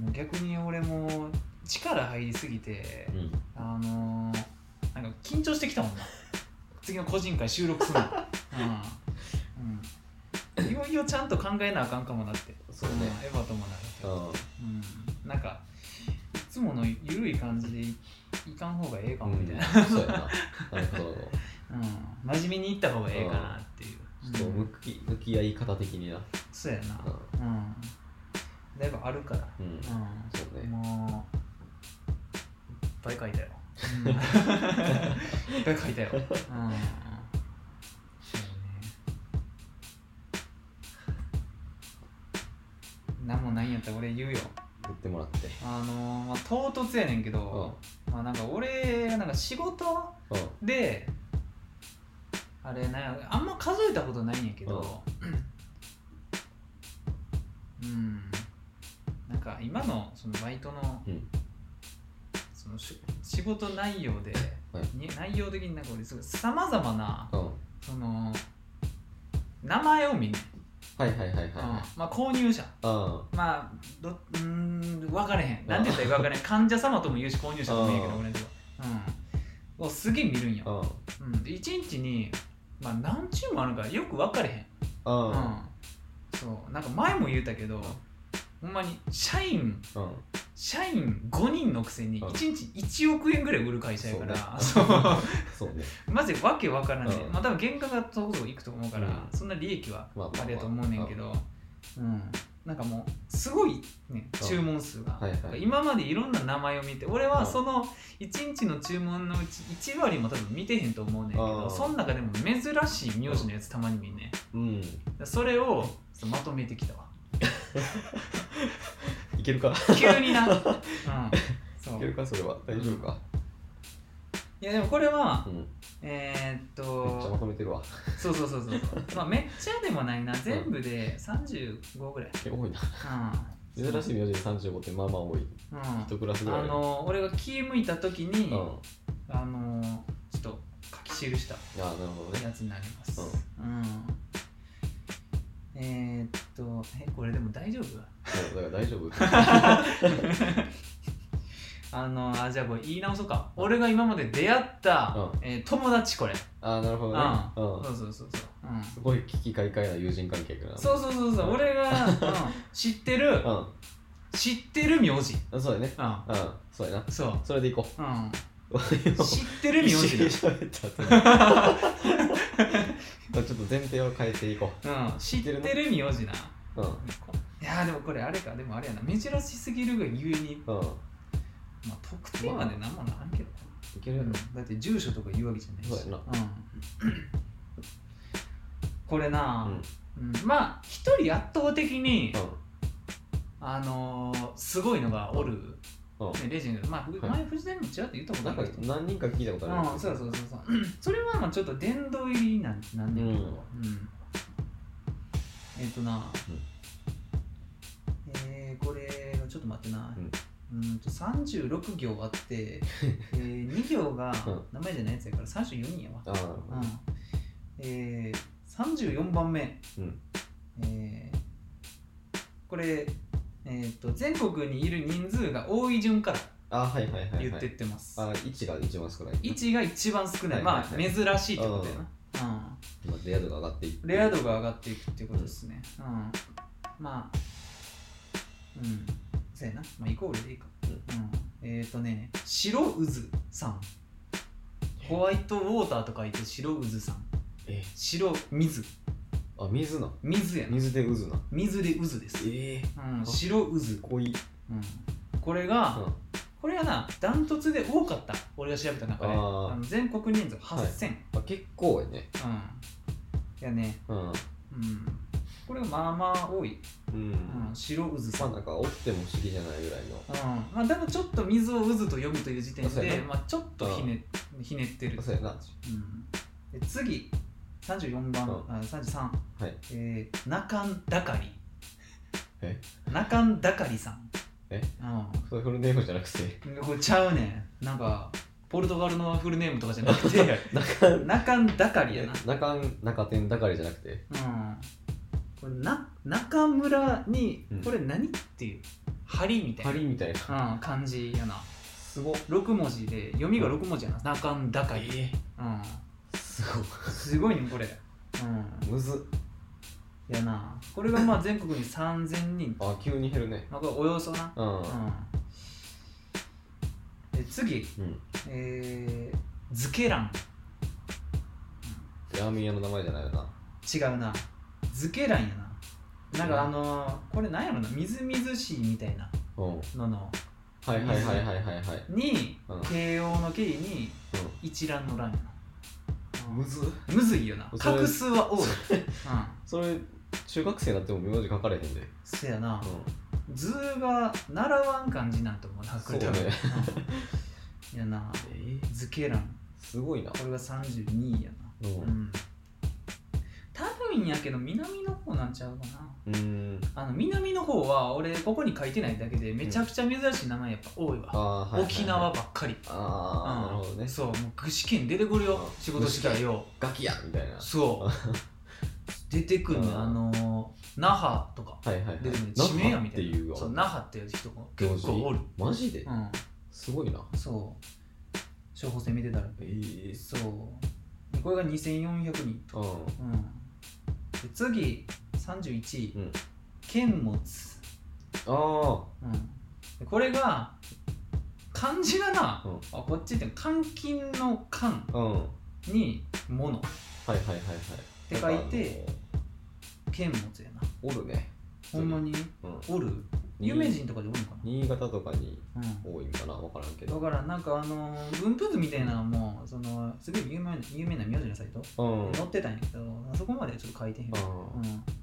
B: もう逆に俺も力入りすぎて、
C: うん
B: あのー、なんか緊張してきたもんな 次の個人会収録するのうん、うん、いよいよちゃんと考えなあかんかもなって
C: そうね
B: んエヴァともなるけど、
C: うん
B: うん、なんかいつものゆるい感じでいいかん方がええかもみたいな、
C: そうやななるほど
B: うん、真面目にいった方がええかなっていう、
C: ちょっと
B: うん
C: 向き向き合い方的にな
B: そうやな
C: うん、
B: うん、だいぶあるから、
C: うん、
B: うん
C: そうね
B: もういっぱい書いたよ。いっぱい書いたよ。うん。そうね。なんもないんやったら俺言うよ。
C: 言ってもらって
B: あのーまあ、唐突やねんけど、まあなんか俺なんか仕事
C: うん
B: であれなんやあんま数えたことないんやけどうんなんか今のそのバイトの
C: うん
B: そのし仕事内容で、
C: はい
B: に内容的になんか俺さまざまな
C: うん
B: その名前を見んねん
C: はいはいはいはい
B: うんまあ、購入者
C: は
B: まあどうーん分かれへんなんて言ったらいいか分かれへん患者様とも言うし購入者とも言うけど
C: うん
B: 俺のとこうんをすげえ見るん
C: いうん
B: よ、うん、で1日に、まあ、何チームあるのかよく分かれへん
C: う
B: う
C: んうん
B: んそうなんか前も言うたけどほんまに社員
C: うん
B: 社員5人のくせに
C: うん
B: 1日1億円ぐらい売る会社やからそう
C: そうね
B: マジでわけわからんね、
C: うん
B: まあ多分原価がそこそこいくと思うから、
C: うん
B: そんな利益は
C: まあまあま
B: あれやと思うねんけど、うん、なんかもうすごいね
C: うん
B: 注文数が、
C: はいはい
B: 今までいろんな名前を見て俺は
C: うん
B: その1日の注文のうち1割も多分見てへんと思うねんけ
C: う
B: ど
C: ん
B: その中でも珍しい名字のやつたまに見んね
C: うん
B: それをそうまとめてきた わ
C: いけるか
B: 急にな、うん、そ
C: いうけるかそれは大丈夫か
B: いやでもこれは
C: うんめっ
B: えーっ
C: ちゃま
B: と
C: とめてるわ
B: そうそうそうそうまあめっちゃでもないな全部で35ぐらい、
C: え多いな
B: うん、
C: 珍しい名字に35ってまあまあ多い
B: うん
C: 一クラスぐら
B: あ
C: い
B: の俺が気向いた時
C: う
B: に、
C: んあ
B: あのちょっと書き記した
C: あなるほどね
B: やつになります、うんえー、っとえこれでも大丈夫
C: もうだから大丈夫
B: あのあじゃあこれ言い直そうか俺が今まで出会った、
C: うん
B: えー友達これ、
C: ああなるほどね
B: そううんそうそうそう、うん、
C: すごい危機快快な友人関係かな
B: そうそうそうそう俺が、うん、知ってる
C: うん
B: 知ってる名字
C: あそうだね
B: うん
C: うんそうやな
B: そう
C: それでいこ
B: うん
C: う
B: 知ってる名
C: 一
B: 字
C: 緒
B: だ
C: に喋った後にちょっと前提を変えていこ
B: うん、知ってる名字な。
C: ううん
B: いやーでもこれあれか、でもあれやな、珍しすぎるがゆえに、
C: うん
B: まあ、特定までなんもなんけど、
C: いける
B: う
C: や
B: ん
C: ろ
B: だって住所とか言うわけじゃないし。
C: そうや
B: うん、これ
C: う
B: な、
C: ん
B: うんまあ、一人圧倒的に、
C: う
B: あのー、すごいのがおる、
C: んうん
B: ね、レジェンド、まあ、ふ
C: はい
B: 前、藤田にもちらっと言ったこと
C: な
B: あ
C: ん
B: る
C: か
B: けど。
C: 何人か聞いたことある
B: うん、そうそうそうそう。それはまあちょっと殿堂入りなんなんだけど、う
C: う
B: んんえっ、とな、
C: うん
B: えーこれがちょっと待ってな、う、
C: うん
B: と36行 あって、えー、2行が
C: うん
B: 名前じゃないやつやから34人やわ。
C: あ
B: う
C: あ
B: んえー、34番目、
C: うん
B: えーこれ、えー、と全国にいる人数が多い順から
C: あはいはいはいはい
B: 言ってってます。
C: あ1が一番少ない
B: 位置が一番少ない、
C: はい
B: ま
C: はい
B: あ
C: はい
B: 珍しいってことやな、
C: まあレア度が上がってい
B: うん、
C: く
B: レア度が上がっていくってことですね、うんまあうんそうやな、まあ、イコールでいいか、
C: う
B: う
C: ん
B: んえっ、ー、とね白渦さんホワイトウォーターと書いて白渦さん
C: え
B: 白水
C: あ水な
B: 水やな
C: 水で渦な
B: 水で渦です、
C: ええ
B: うん、白渦、うん、
C: 濃い
B: これが、
C: うん
B: これはなダントツで多かった俺が調べた中で
C: あ
B: あ
C: ー
B: の全国人数8000、
C: あ結構やね
B: うんいやね
C: うん
B: うんこれがまあまあ多い、
C: う
B: うんん、白渦
C: ま
B: さ
C: あ
B: ん、うん
C: なんか折っても不思議じゃないぐらいの
B: まあ、でもちょっと水を渦と読むという時点
C: そうや
B: で
C: な、
B: まあ、ちょっとひねひねってる、
C: そうやな
B: うん、で次34番、
C: うん
B: あ33、
C: はい
B: えー、中んだかり
C: え
B: 中んだかりさん
C: え
B: う
C: それフルネームじゃなくて
B: ん、これちゃうねんなんかポルトガルのフルネームとかじゃな くて
C: 中
B: 中んだかりやな
C: 中中天だかりじゃなくて
B: うんこれな中村に
C: うん
B: これ何っていう針みたいな、
C: 針みたいな
B: うん、感じやな
C: すごっ
B: 6文字で読みが6文字やな中んだかり、
C: え
B: う
C: えすごっ
B: ん、すごいねこれ、う
C: むずっ
B: ん、やなこれがまあ全国に3000人
C: あ急に減るね
B: まあこれおよそな、
C: う
B: う
C: ん
B: ん、で次
C: うん
B: えー、ズケラン
C: ラーメン屋の名前じゃないよな
B: 違うなズケランやななんかあのー、これなんやろなみずみずしいみたいな
C: うん
B: のの
C: はいはいはいはいはいはい
B: に、
C: うん
B: 慶応の慶に
C: う
B: 一覧の欄やな、
C: んむずっ
B: むずいよな
C: それ
B: 画数は多い、うん、
C: それ中学生になっても名字書かれへんで
B: せやな
C: う
B: 図が習わん感じなんと思うなこれ多分
C: そうね
B: うんやなん図形欄
C: すごいな
B: これが32位やな
C: う
B: うんん多分やけど南の方なんちゃうかな
C: うん
B: あの南の方は俺ここに書いてないだけでめちゃくちゃ珍しい名前やっぱ多いわ、
C: あーはいはいはい
B: 沖縄ばっかり
C: ああなるほどね
B: そうもう具志堅出てくるよ
C: うん
B: 仕事したいよ
C: ガキやみたいな
B: そう。 出てくるね
C: うん
B: あの那覇とか
C: はいはいはい
B: 出てくるね
C: 那
B: 地
C: 覇
B: 名やみ
C: ったて
B: い
C: いう
B: な
C: わ
B: そう那覇っていう人が結構おる
C: マジで
B: うん
C: すごいな
B: そう処方箋見てたら
C: ええ
B: そうこれが2400人
C: うん
B: うんで次31位、
C: うん
B: 剣持つ、
C: あ
B: うんでこれが漢字がな、
C: うん
B: あこっちって監禁の漢
C: あうんはい
B: に「もの
C: はいはいはい
B: て書いて
C: なんか」
B: 剣持やな
C: あのおるね
B: ほんまに
C: うん
B: おる有名人とかでおるのか
C: 新潟とかに
B: な、うん
C: 多いんかな分からんけど
B: だからなんかあのー分布図みたいなのもそのすごい有名な有名な名字のサイト、
C: うん
B: 載ってたんやけどそこまでちょっと書いてへん、うん、
C: あ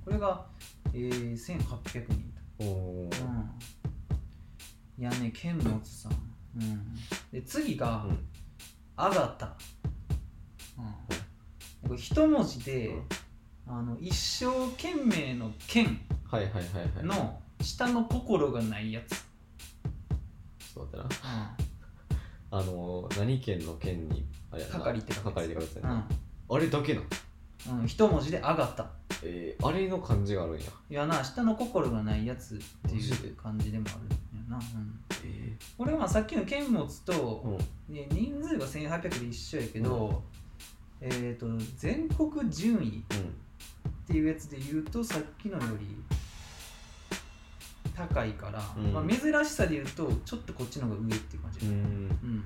B: これが、えー、1800人
C: ーお
B: と、
C: ー
B: うん、いやね剣持さん、うん、で次が、
C: うん
B: あがた、うん、これ一文字で、
C: うん
B: あの一生懸命の剣
C: はいはいはいはい
B: の下の心がないやつ、
C: ちょっと待って
B: う
C: なあのー何県の県にあれやな
B: 係って書くやつ
C: 係って書いてた
B: ん
C: よなあれだけな
B: うんうん、一文字であがた
C: えーあれの漢字があるんや
B: いやな下の心がないやつって
C: マジ
B: い
C: で
B: う感じでもあるんやな、うん、
C: え
B: 俺はさっきの剣持つと、
C: うん
B: ね人数が1800で一緒やけど、えっ、と全国順位
C: うん
B: っていうやつで言うとさっきのより高いから、
C: うん
B: まあ、珍しさで言うとちょっとこっちの方が上っていう感じ、
C: うーん
B: うん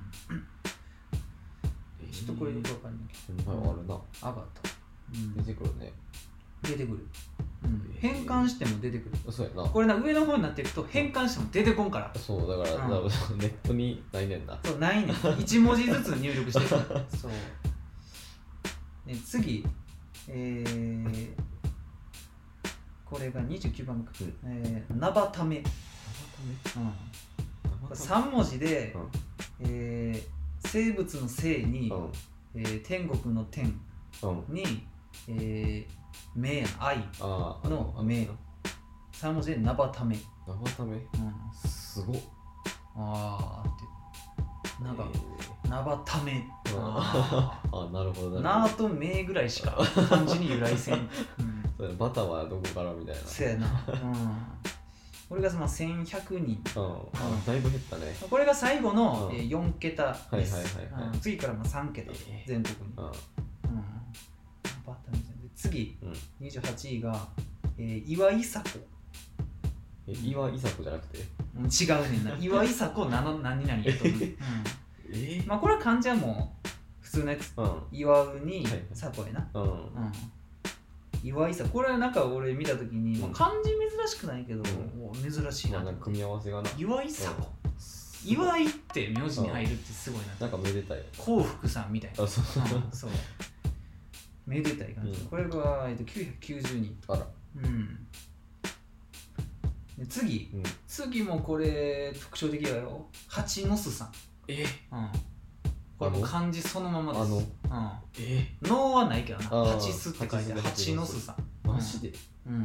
B: ちょっとこれよくわかんないけ
C: ほんまやあるな
B: ど、上がった、うん
C: 出てくるね
B: 出てくる、うん、変換しても出てくる
C: そうやな
B: これな上の方になっていくと変換しても出てこんから
C: そうだから、
B: うん
C: だからネットにないねんな
B: そうないね1 文字ずつ入力していくそう、ね、次えー、これが29番目か、
C: うん
B: えー、なばため、うん、
C: 生た
B: 3文字で、
C: うん
B: えー生物の生に、
C: うん
B: えー天国の天
C: うん
B: に、えー、名や愛
C: ああ
B: の名3文字でなばため、
C: 生ため
B: うん、
C: すごっ
B: あーってなんか
C: え
B: なばため
C: ー
B: あ
C: あーあなるほど
B: ー
C: な
B: な
C: るほど
B: ーとめぐらいしか漢字に由来せ ん、うん
C: そうやなバターはどこからみたいな
B: そうやな、うん、俺がその1100人
C: うんあだいぶ減ったね
B: これが最後の、
C: うん
B: えー4桁です、
C: はいはいはいは
B: う
C: い
B: ん次からまあ3桁と
C: えー
B: 全国に、
C: うん
B: うんバッタみたいなで次
C: うん
B: 28位が、えー岩井佐子
C: え岩いさこじゃなくて
B: うん違うねん な岩井佐子なの何々やと思う、うん
C: え
B: まあこれは漢字はもう普通のやつ
C: うん
B: 岩うに
C: はいはい
B: 佐子やな、
C: うん
B: うん、岩井佐子これはなんか俺見た時に、まあ、漢字珍しくないけど、
C: う
B: お珍しい
C: ま
B: なと思っ
C: あなんか
B: て
C: 組み合わせがな
B: 岩井佐子
C: すごい
B: 岩井って名字に入るってすごいな
C: なんかめでたい
B: 幸福さんみたいな
C: あそう
B: うんそうめでたい感じ、
C: うん
B: これが、えっと、990人
C: あら
B: うんで次
C: うん
B: 次もこれ特徴的だよ八の巣さん、
C: え
B: うん、これもう
C: あの
B: 漢字そのままです
C: あの
B: う
C: え
B: ん、能はないけどな
C: あー
B: 八巣って書いてある
C: 八巣
B: 八の巣さん、
C: マジで
B: うん、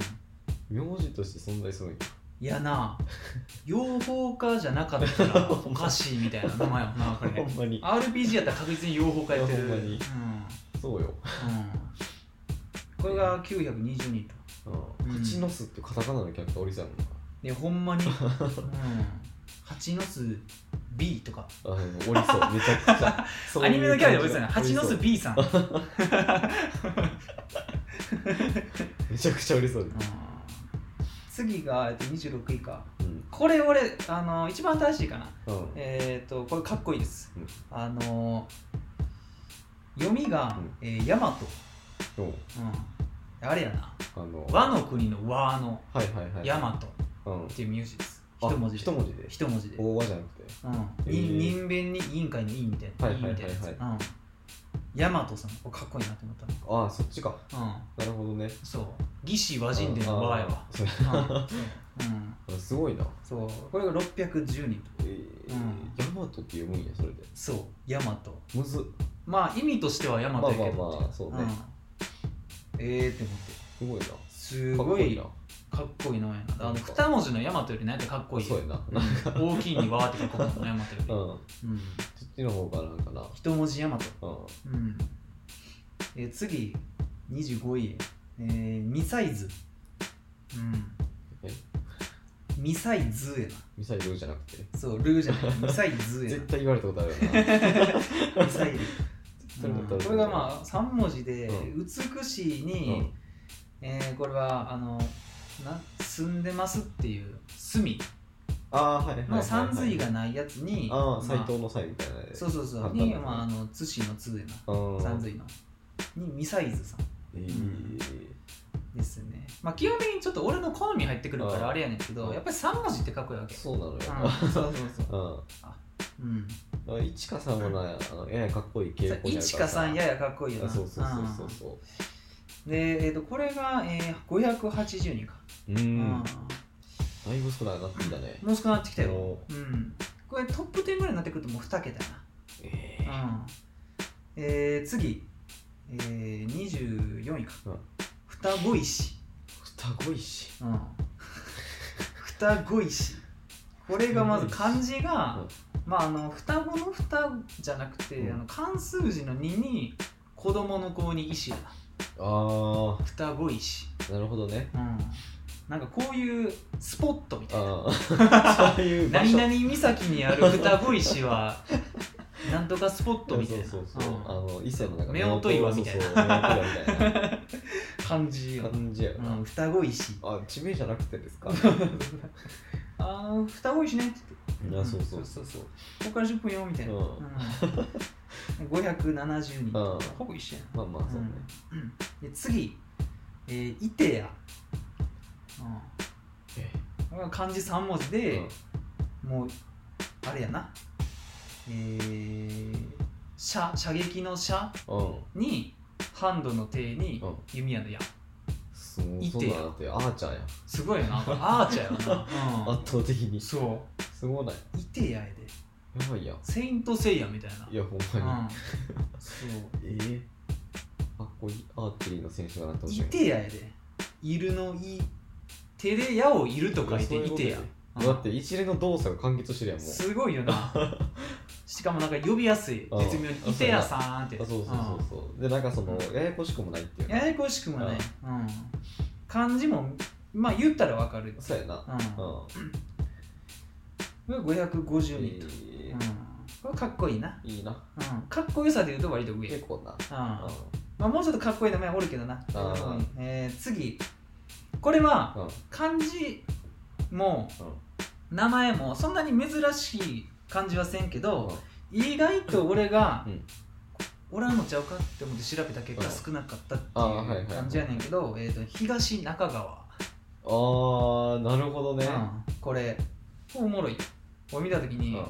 C: 名字として存在するんや
B: いやな養蜂家じゃなかった らおかしいみたいな名前やもんなこ
C: ほ
B: れ
C: んまに
B: RPG やったら確実に養蜂家やってる
C: いやほんまに
B: うん
C: そうよ
B: うんこれが920人と
C: うん蜂の巣ってカタカナのキャラクターおりそうや
B: でほんまに、うん、蜂の巣 B とか
C: もんなあでもおりそうめちゃく ちゃそう
B: ア
C: い
B: ニ
C: う
B: メのキャラでも言ってたね
C: 感
B: 蜂
C: じ
B: の
C: だ
B: 巣 B さん、うん、
C: めちゃくちゃおりそうで
B: 次がえっと26位か
C: うん
B: これ俺あの一番新しいかな
C: うん
B: えっ、とこれかっこいいです、
C: うん
B: あの読みが、えー、ヤマト、
C: うん
B: うん、あれやな
C: あの
B: 和の国の和の
C: はいはいはい
B: ヤマト
C: うん
B: っていう名字です
C: あ
B: 一文字で
C: 一文字で
B: 一文字で
C: 大和じゃなくて
B: うん、
C: えー
B: 人弁に委員会の委員みたいな。
C: はいはいはいはい
B: 委員みたなやつうん。ヤマトさん、これかっこいいなと思っ
C: ああそっちか
B: たの。
C: なるほどね
B: うん、そう。義士和人伝の和やわ。
C: あそ
B: う
C: う
B: んうん、
C: あ すごいな
B: そう。これが610人と。
C: えー
B: うん
C: ヤマトって読むんやそれで
B: そう、ヤマト。
C: むずっ
B: まあ、意味としてはヤマトやけど。
C: まあまあまあそうね
B: んええー、って思って。
C: すごいな
B: す
C: かっこ
B: ご
C: いい
B: い
C: な
B: かっこいいのやな。あの、
C: なんか
B: 二文字のヤマトよりなんかかっこいい
C: そ
B: よ
C: う。やな
B: うん大きいに和って書くのヤマト
C: う
B: よ
C: ん
B: り。うん。
C: そっちの方がなんかな
B: 一文字ヤマト。
C: うん
B: うん、えー次25位、ええー、2サイズうん
C: え
B: ミサイズや
C: ミサイルじゃなくて
B: なそうルーじゃ ないミサイズや
C: 絶対言われたことあるよな
B: な ミサイル
C: それも多分
B: これがまあ3文字で「
C: う
B: 美しいに」
C: うん
B: えーこれはあのな住んでますっていう隅
C: ああーはいはいはい、はい、
B: の三髄がないやつに、
C: あ
B: ま
C: あ斎藤の斎みたいなやつ
B: そうそうそうに、まあ、あの津市の津でな
C: うん
B: 三髄のにミサイズさん
C: えー
B: ですねまあ基本的にちょっと俺の好み入ってくるか
C: うん
B: らあれやねんけ
C: う
B: ど
C: ん
B: やっぱり3文字って書くわけ
C: そうなのよ
B: うんそうそうそう
C: うん
B: うん
C: だからいちかさんはなあのややかっこいい傾向にあるから
B: いちかさんややかっこいいよ
C: あ
B: な
C: そうそうそうそうそう
B: うんで、えー、とこれが、えー、580人か、
C: う
B: う
C: ー
B: ん
C: だいぶ少なくなってきたね
B: もう少なくなってきたよ、
C: お
B: うん、これトップ10ぐらいになってくるともう2桁やな
C: えー
B: うんえー、次、えー、24位か、
C: うん
B: 双子石、
C: 双子石
B: うん、双子石これがまず漢字が、まあ、あの双子の双じゃなくて、
C: うん
B: あの漢数字の2に子供の子に石だな
C: あ
B: 双子石、
C: あなるほどね
B: うん、なんかこういうスポットみたいな
C: ああそういう場
B: 何
C: 所
B: 々岬にある双子石 はなんとかスポットみたいな
C: そうそうそう、
B: うん
C: あの一切のなんか
B: 夫婦岩みたいな
C: そうそう夫婦岩みたい
B: 感じよ
C: な、感じや
B: う
C: な、
B: ん、双子石
C: あ地名じゃなくてで すかあ
B: あの双子石ねって言って
C: そうそううんそうそう
B: ここから10分よみたいな、
C: うん
B: うん570人
C: うん
B: ほぼ一緒や
C: まあまあそうね、
B: なで次、えー、イテヤ、うん、これが漢字3文字
C: え
B: で、もうあれやなえー、射射撃の射
C: うん、うん
B: にハンドの手に
C: うん
B: 弓矢の矢
C: そう
B: いて
C: そうだなってあーちゃんや
B: すごいよなこれアーチャー やな、うん
C: 圧倒的に
B: そ
C: すごないう
B: イテヤやで
C: やばいやん
B: セイントセイヤみたいない
C: やほんま
B: うん そう
C: に、ええかっこいいアーチェリーの選手がなってほしい
B: いてややで。いるのい。手で矢をいると書いていてや。
C: やだって一連の動作が完結してるやんもう
B: すごいよ な。しかもなんか呼びやすい。
C: うん
B: 絶妙に。いてやさんって。
C: あそうそうそうそう、でなんかそのややこしくもないっていう
B: うん
C: か
B: ややこしくもない。うん漢字も、まあ言ったらわかる。
C: そうやな
B: うん
C: うん
B: これ550人と。
C: いい
B: うんこれかっこいいな。
C: いいな
B: うんかっこよさで言うと割と上。うん
C: 結構な
B: まあもうちょっとかっこいい名前おるけどな
C: うん。
B: えー次。これは、
C: うん
B: 漢字も名前もそんなに珍しい感じはせんけど、意外と俺が、
C: うん
B: おらんのちゃうかって思って調べた結果
C: うん
B: 少なかったって
C: あーはいは
B: い
C: いはいう
B: 感じやねんけど、えー、と東中川、
C: ああなるほどね
B: うんこれおもろいこれ見た時
C: う
B: に、
C: ん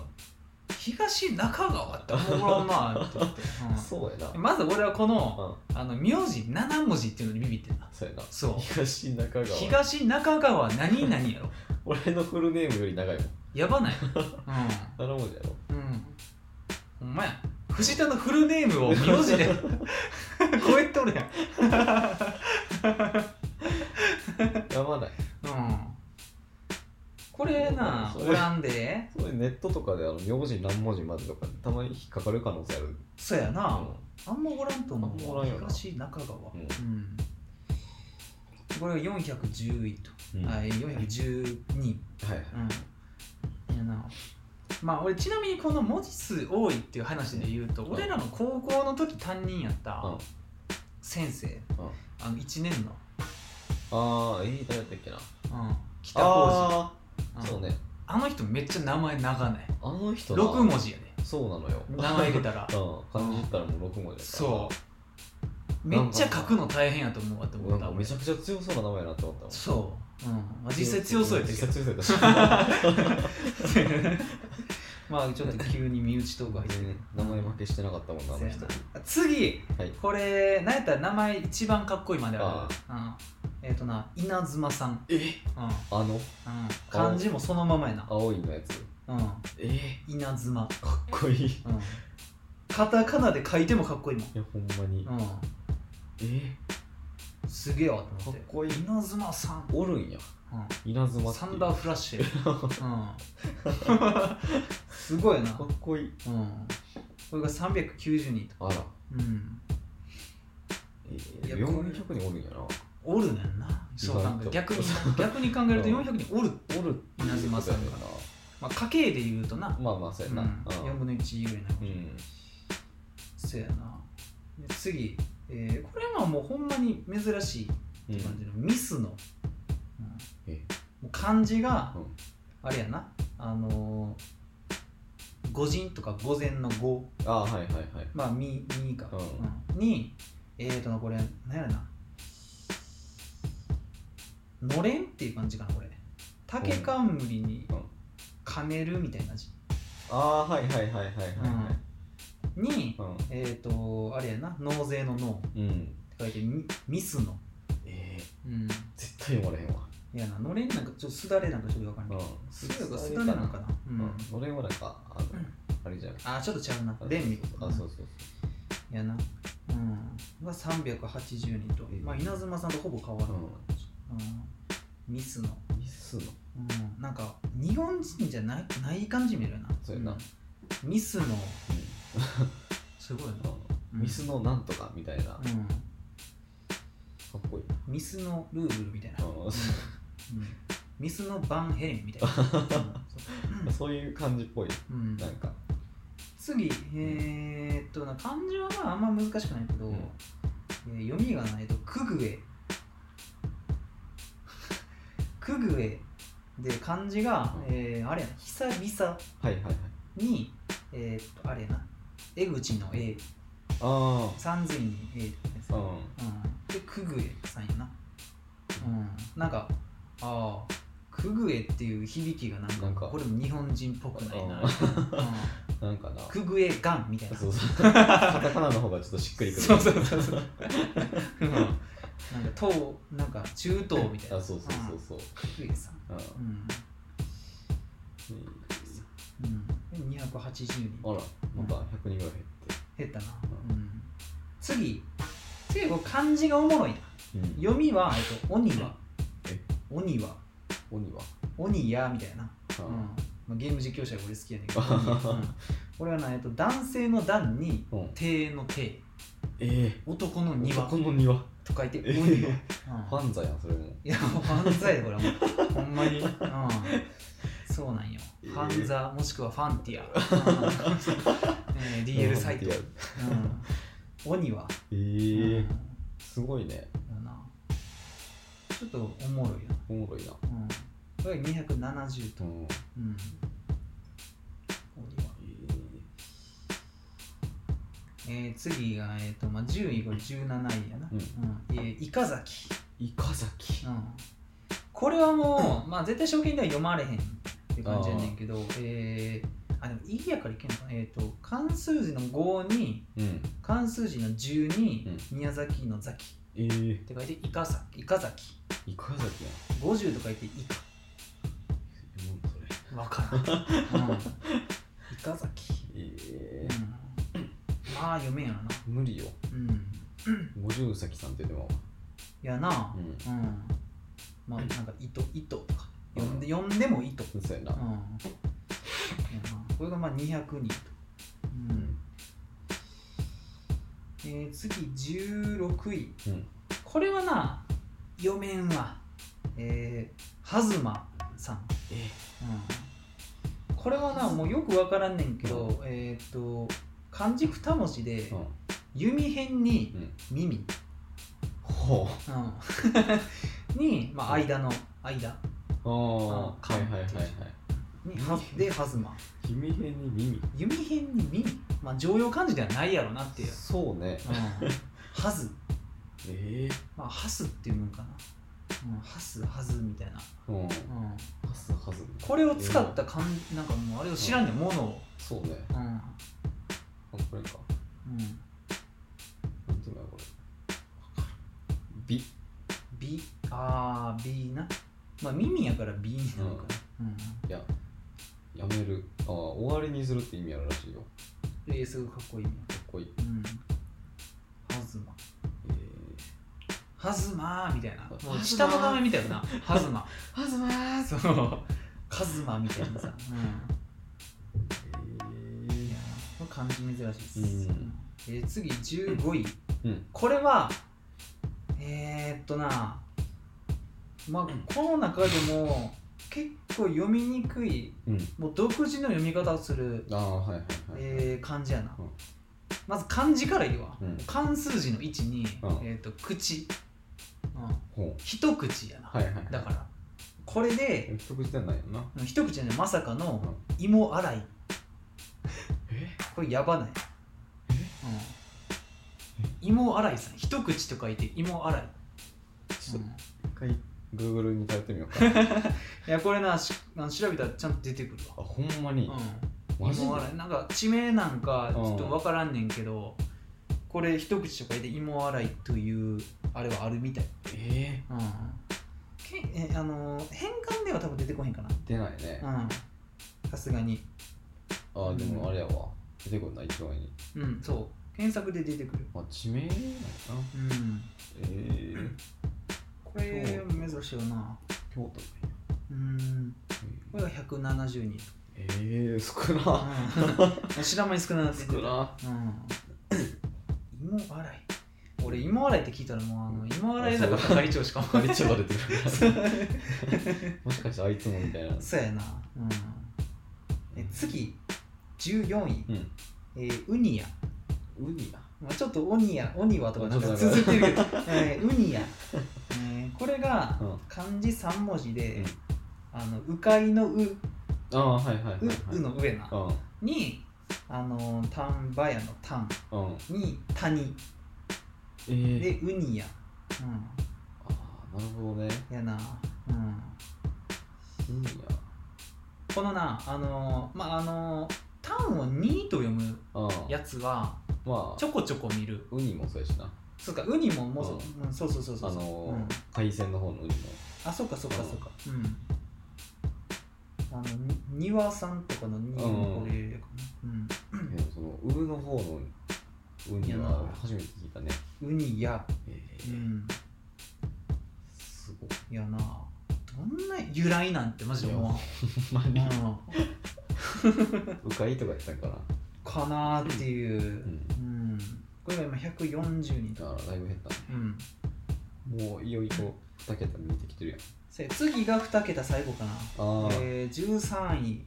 B: 東中川っておもろんなって思って、
C: そうやな
B: うん まず俺はこの
C: うん
B: あの名字7文字っていうのにビビってんな
C: そうやな
B: そう
C: 東中川
B: 東中川何々やろ
C: 俺のフルネームより長いもん
B: やばない、うん
C: 7文字やろ
B: うん。ほんまや。藤田のフルネームを名字で こうやっておるやん。
C: やばない
B: うん。これな、
C: そう
B: おらんで。
C: それネットとかであの名字何文字までとかたまに引っかかる可能性ある
B: そうや
C: う
B: な。
C: ん
B: あんまおらんと思
C: あん
B: う
C: まお
B: わ。
C: らんよな
B: 東中川。
C: う
B: うんん。これが410位と。
C: うん
B: あ、
C: はい
B: え412位。
C: はい
B: うん。やな。まあ俺ちなみにこの文字数多いっていう話で言うと
C: うん
B: 俺らの高校の時担任やっ
C: うん
B: た先生
C: うん
B: あの1年の
C: ああえー誰だったっけな
B: うん北浩
C: ああ
B: 二
C: そうね
B: あの人めっちゃ名前長ない
C: あの人な
B: 6文字やね
C: そうなのよ
B: 名前入れたら
C: うん漢字言ったらもう6文字やから
B: そうめっちゃ書くの大変やと思うわと思
C: な
B: っ
C: ん
B: た
C: かめちゃくちゃ強そうな名前やなって思ったもん
B: そう、うんまあ、実際強そうやったけ
C: 実
B: ど
C: 際強そうやったし
B: まあちょっと急に身内トーク入ってね
C: 名前負けしてなかったもんなあ
B: せ
C: の
B: や
C: 人
B: な次
C: はい
B: これ何やったら名前一番かっこいいまであ
C: あ
B: るうん、えっ、とな稲妻さん、
C: え
B: うんうん、
C: あの
B: 漢字もそのままやな、
C: 青いのやつ
B: う
C: ええ
B: ん、稲妻、
C: かっこいいい
B: うん、カタカナで書いてもかっこいいもん
C: やほんまに
B: う
C: ええ
B: ん、すげえわと
C: かっ
B: 思って
C: こいい
B: 稲妻さん、
C: おるんや
B: う
C: 稲妻
B: ん、
C: っていう
B: サンダーフラッシュ、うん、すごいな
C: か、っこいい
B: うん、これが390人と、
C: あら
B: うん、
C: ええ
B: いや
C: 400人おるんやな
B: おるねんなそうなん
C: 意外
B: か
C: と
B: 逆 に逆に考えると
C: うん
B: 400人おる、
C: おる
B: 稲妻さんがまあ、家計で言うとな、
C: まあまあそう
B: う
C: や
B: ん、
C: な
B: 4分の1以上いない
C: うん、うん
B: そうやなで次、えーこれはまあもうほんまに珍しい
C: うん
B: って感じのミスの、うん
C: え
B: もう漢字が
C: うん
B: あれやなあのー、五人とか午前の午
C: ああはいはいはい
B: まあみみか、
C: う
B: うんにえーとなこれ何やろなのれんっていう感じかなこれ竹冠に
C: うん
B: 兼ねるみたいな字、
C: ああはいはいはいはいはいはい
B: に
C: うん
B: えーとあれやな納税の納
C: うん
B: って書いてミミスの
C: ええ
B: うん
C: 絶対読まれへんわ
B: いやなのれんなんかちょっとすだれなんかちょっとわかんない
C: うん
B: すだれかすだれなんかなう
C: うんん俺もなんかあの
B: うん
C: あれじゃん
B: あちょっと違うな
C: あ
B: でん
C: あそうそうそう
B: やなうんが380人と
C: うん
B: まあ稲妻さんとほぼ変わらないうんミスの
C: うんミスの
B: うんなんか日本人じゃないない感じ見えるよな
C: そうやなん
B: ミスの
C: う
B: すごいなん
C: あの ミスのなんとかみたいなか
B: うん
C: っこいいな
B: ミスのルーブルみたいな
C: うん
B: うんミスのバンヘレン みたいなうんそう
C: そういう感じっぽい
B: うん
C: なんか
B: 次えー、っとな漢字はまああんま難しくないけど、
C: うん
B: えー読みがないと「く ぐえ」「くぐえ」で漢字が、えーあれやな久々
C: はいはいはい
B: にえー、っとあれやな江口の「え」
C: あ
B: 三髄に「え」ってやつ
C: あ
B: う
C: うんん
B: で「くぐえ」さんやなうんなんかああくぐえっていう響きがなんか
C: なんか
B: これも日本人っぽくないな、
C: う
B: うん
C: なんかな
B: くぐえがんみたいな
C: そ うそうカタカナの方がちょっとしっくりくる
B: そうそうそうそう。うんなんか東なんか中東みたいな。
C: あそうそうそうそう
B: うん。上さん。
C: う
B: う
C: ん
B: ん。うん。二百八十人
C: あらまた100人ぐらい減って
B: 減ったな。うん。次次これ漢字がおもろいな。
C: うん
B: 読みはえっと鬼は
C: え。
B: 鬼は
C: 鬼は
B: 鬼やみたいな。
C: う
B: うんん。まあゲーム実況者が俺好きやねんけど。鬼うん俺はなえっと男性の段に
C: うん
B: 帝の帝
C: ええ
B: 男の庭
C: この庭
B: と書いて鬼
C: え
B: は。うん
C: 犯罪やんそれも
B: いや、もう犯罪だ、これはもう。ほんまに。うん。そうなんよ
C: え。ー
B: ファンザ、もしくはファンティ ア。えー DL サイト。うん。鬼は。
C: え
B: う
C: え
B: ん
C: すごいね
B: だなちょっとおもろいよ
C: おもろいな
B: な。うん。これ270と。
C: うん
B: うん。鬼は。えー、次が、えっ、と、まあ、10位、これ17位やな。
C: うん
B: うん。えー、イカザキ。
C: イカザキ
B: うんこれはもう、まあ、絶対証券では読まれへんって感じやねんけど、えー、あでもいいやからいけんのかなえっ、と漢数字の5に
C: うん
B: 漢数字の10に、
C: う
B: 宮崎の崎っ
C: ええ
B: て書いてイカザイカザキ
C: イカザキやん
B: 50と書いてイ
C: うんそれ
B: カわからん、うん、イカザキ、う
C: え
B: ん
C: え、
B: まあ読めんやろな
C: 無理よ
B: うん
C: 五十崎さんってでも
B: やな
C: うん
B: うん、まあなんか糸糸とか読んで読んでも糸
C: そうやな
B: うんいやなこれがまあ200人と、うんえー次16位
C: うん
B: これはな読めんわえー、東さん、
C: え
B: うん、これはなもうよくわからんねんけど、えーっと漢字2文字で
C: えうん
B: 弓辺に
C: うん
B: 耳、
C: ほう
B: うんに、まあ、間の間
C: ああ
B: う
C: は
B: ん
C: いはいはいはい
B: にはで東
C: 君辺に耳
B: 弓辺に耳まあ常用漢字ではないやろなっていう
C: そうね
B: うんはず、
C: ええ
B: まあ、はすっていうのかな、うん、はすはずみたいな、
C: うん
B: うん、
C: はずはず
B: これを使ったかん、なんかもうあれを知らんねんものを、
C: そうね
B: うんうん、
C: あこれかなんていうのやこれ美
B: ビあービーなまあ耳やからビーになるから、うん
C: やめるああ終わりにするって意味あるらしいよ
B: うん、えーすごいかっこいいね
C: かっこいい
B: うんはずま
C: え
B: はずまーみたいな
C: はずま
B: もう下の名前みたいなはずま
C: え はずまーす
B: そうカズマみたいな さ、うん
C: え
B: いやこれ漢字珍しいです、
C: うん
B: えー次15位、
C: うん
B: これは、えー、っとなまあ、
D: うん
B: この中でも結構読みにくい
C: うん
B: もう独自の読み方をする、
C: ああはいはいはい、
B: えー、漢字やな、
C: うん
B: まず漢字から言うわ、
C: うん
B: 漢数字の位置に、
C: うん
B: えー、っと口、うん、
C: ほう
B: 一口やな、
C: はいはいはい
B: だからこれで
C: 一口じゃないよな
B: うん一口じゃないまさかの
C: うん
B: 芋洗い
C: え
B: これやばない、うん、芋洗いさん一口と書いて芋洗い、
C: ち
B: う
C: ょっ
B: ん
C: と一回 Google に頼ってみようか なあ
B: いやこれなしあの調べたらちゃんと出てくる
C: ほんまに
B: わ、う
C: マ
B: ん、
C: ジで
B: 芋洗いなんか地名なんかちょっと分からんねんけど、これ一口と書いて芋洗いというあれはあるみたい、
C: え
B: うん、けえあのー変換では多分出てこへんか
C: ー、出ないね
B: なうんさすがに
C: ああでもあれやわ出てこない一番に
B: うんそう検索で出てくる
C: まあ地名なんやな
B: うん
C: えー、
B: これ珍しいよな
C: 京都
B: うんこれが170人
C: えー、少な
B: うん知らん間に少ななってて
C: 少 な
B: うん芋洗い俺芋洗いって聞いたらもうあの芋洗い坂係長しか分か
C: あ
B: ん
C: れ
B: ない
C: ちょっと出て
B: そ
C: く
B: う
C: るもしかしてあいつもみたいな
B: そうやな、うん、え次14位、
C: うん
B: えーウニヤ、
C: ウニや
B: まあ、ちょっとオニヤオニワとかなんか
C: ちょっと
B: 続いてるけ ど、えーウニヤ、えーこれが
C: うん
B: 漢字3文字で、
C: うん
B: あのうかいのうう
C: ああはいはいはい、はいう
B: の上な
C: う
B: にあの丹波屋の丹
C: んうん
B: に谷
C: えー、
B: でウニヤ、
C: ああなるほどね
B: うん、やな、うん、
C: ウニや
B: このなあのーまああのータンを2と読む
C: うん
B: やつは
C: ま
B: ち
C: あ
B: ょこちょこ見る
C: ウニもそうやしな
B: そうかウニももうそう,、うん、そうそうそうそう
C: あ
B: そう
C: のー
B: うん、
C: 海鮮の方のウニも
B: あそうかそうか
C: うん
B: そうかうんあのに庭さんとかのに
C: うん
B: これやか
C: えーそのウルの方のウニは初めて聞いたね
B: なうんウニや
C: え
B: う
C: ー、
B: ん
C: すごい
B: やなどんな由来なんてマジで思わん
C: ほんま
B: う
C: に
B: ん
C: うかいとかやったんかな
B: かなーっていう、
C: う
B: う
C: ん
B: ん、これが今140人と
C: だからだいぶ減ったね
B: うん
C: もういよいよ2桁見えてきてるやん
B: せ次が2桁最後かな、
C: ああ
B: えー、13位、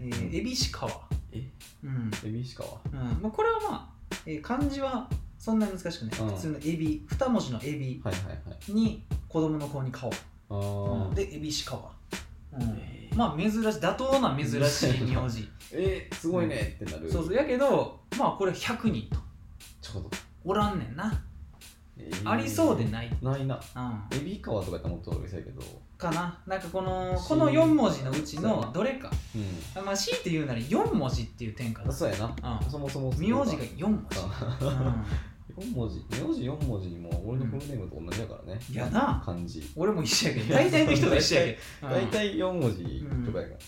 B: え
C: うん
B: ー、恵比寿川
C: え
B: うん、
C: エビしかは
B: うんまあ、これはまあ、えー漢字はそんなに難しくない、
C: うん
B: 普通のエビ2文字のエビ
C: はいはいはい
B: に子供の子に川、
C: あ
B: うん
C: ー
B: で恵比寿川、うん、
C: えー
B: まあ珍しい妥当な珍しい名字
C: えーすごいねってなる
B: そうそうやけどまあこれ100人と
C: ちょうど
B: おらんねんな、
C: えー
B: ありそうでない、
C: ないな
B: うん、
C: エビ川とかやったらもっとおるやけど
B: かななんかこの
C: し
B: この4文字のうちのどれか
C: う
B: あまあ強いて言うなら4文字っていう点か
C: ん
B: な、
C: そうやな
B: う
C: そもそも
B: ん、名字が4文字、
C: 4文字名字4文字にも俺のフルネームと同じやからね
B: うんやな
C: 漢字
B: 俺も一緒やけど大体の人と一緒やけど、うん
C: 大体4文字とかやから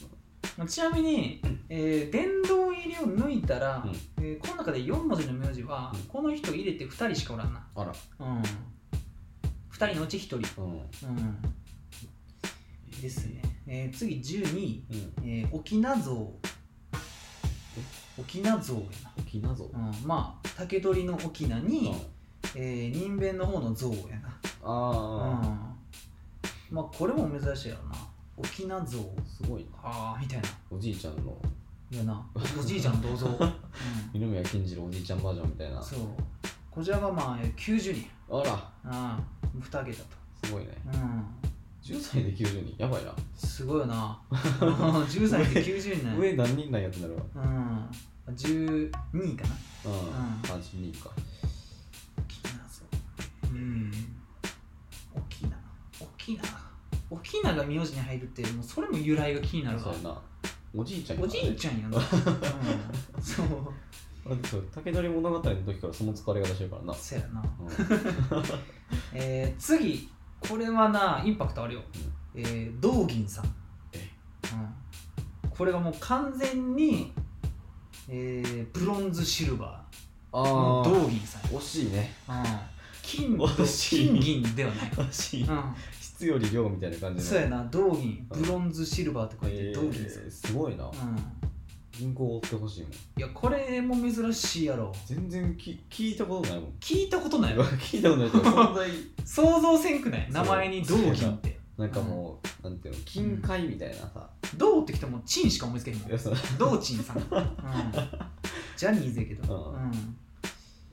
B: まあちなみに、えー殿堂入りを抜いたら、
C: うん
B: えーこの中で4文字の名字は、
C: うん
B: この人入れて2人しかおらんな、
C: あら
B: うん、2人のうち1人、
C: うん
B: うん、ですね、えー次12位、
C: う
B: え
C: ん
B: ー、沖縄像沖縄像やな
C: 沖縄像
B: うん、まあ竹取の翁に、えー人弁の方の像やな、うん
C: ああ
B: まあこれも珍しいやろな翁像
C: すごいな
B: ああみたいな
C: おじいちゃんの
B: いや なおじいちゃん銅 像、うん、
C: 二宮金次郎おじいちゃんバージョンみたいな
B: そうこちらがまあえー90人
C: あら
B: ああ2桁と
C: すごいね
B: うん
C: 10歳で90人やばいな
B: すごいよ な10歳で90人ね
C: 上何人なんやってなるわ
B: うん12位かな
C: うん
B: ん
C: あ人か
B: 沖縄そううん沖縄沖縄沖縄が名字に入るってもうそれも由来が気になる
C: そ
B: わ
C: うやなおじいちゃん
B: おじいちゃんやな、うん、そう
C: ゃんだってそれ竹取物語の時からその使われ方してるからな
B: そやな
C: うん
B: えー、次これはなインパクトあるよ、えー、道銀さん
C: え
B: うん、これがもう完全に、えー、ブロンズシルバー
C: あ
B: の
C: あ
B: 道銀さん、
C: 惜しいね
B: うん、金と
C: 惜しい
B: 金銀ではない、
C: 惜しい
B: うん、
C: 質より量みたいな感じの
B: そうやな道銀
C: うん
B: ブロンズシルバーって書いて
C: え
B: 道銀さん、
C: ー、すごいな、
B: うん
C: 銀行追ってほしいもん
B: いやこれも珍しいやろ
C: 全然き聞いたことないもん
B: 聞いたことないわ
C: 聞いたことない けど存在
B: 想像せんくない
C: そう
B: 名前に「銅金」って
C: なんかもう、なんていうの金塊みたいなさ、
B: 「銅」ってきても「チン」しか思いつけへん もん
C: いやその
B: 「銅チンさん」うんジャニーズやけど
C: う
B: うんん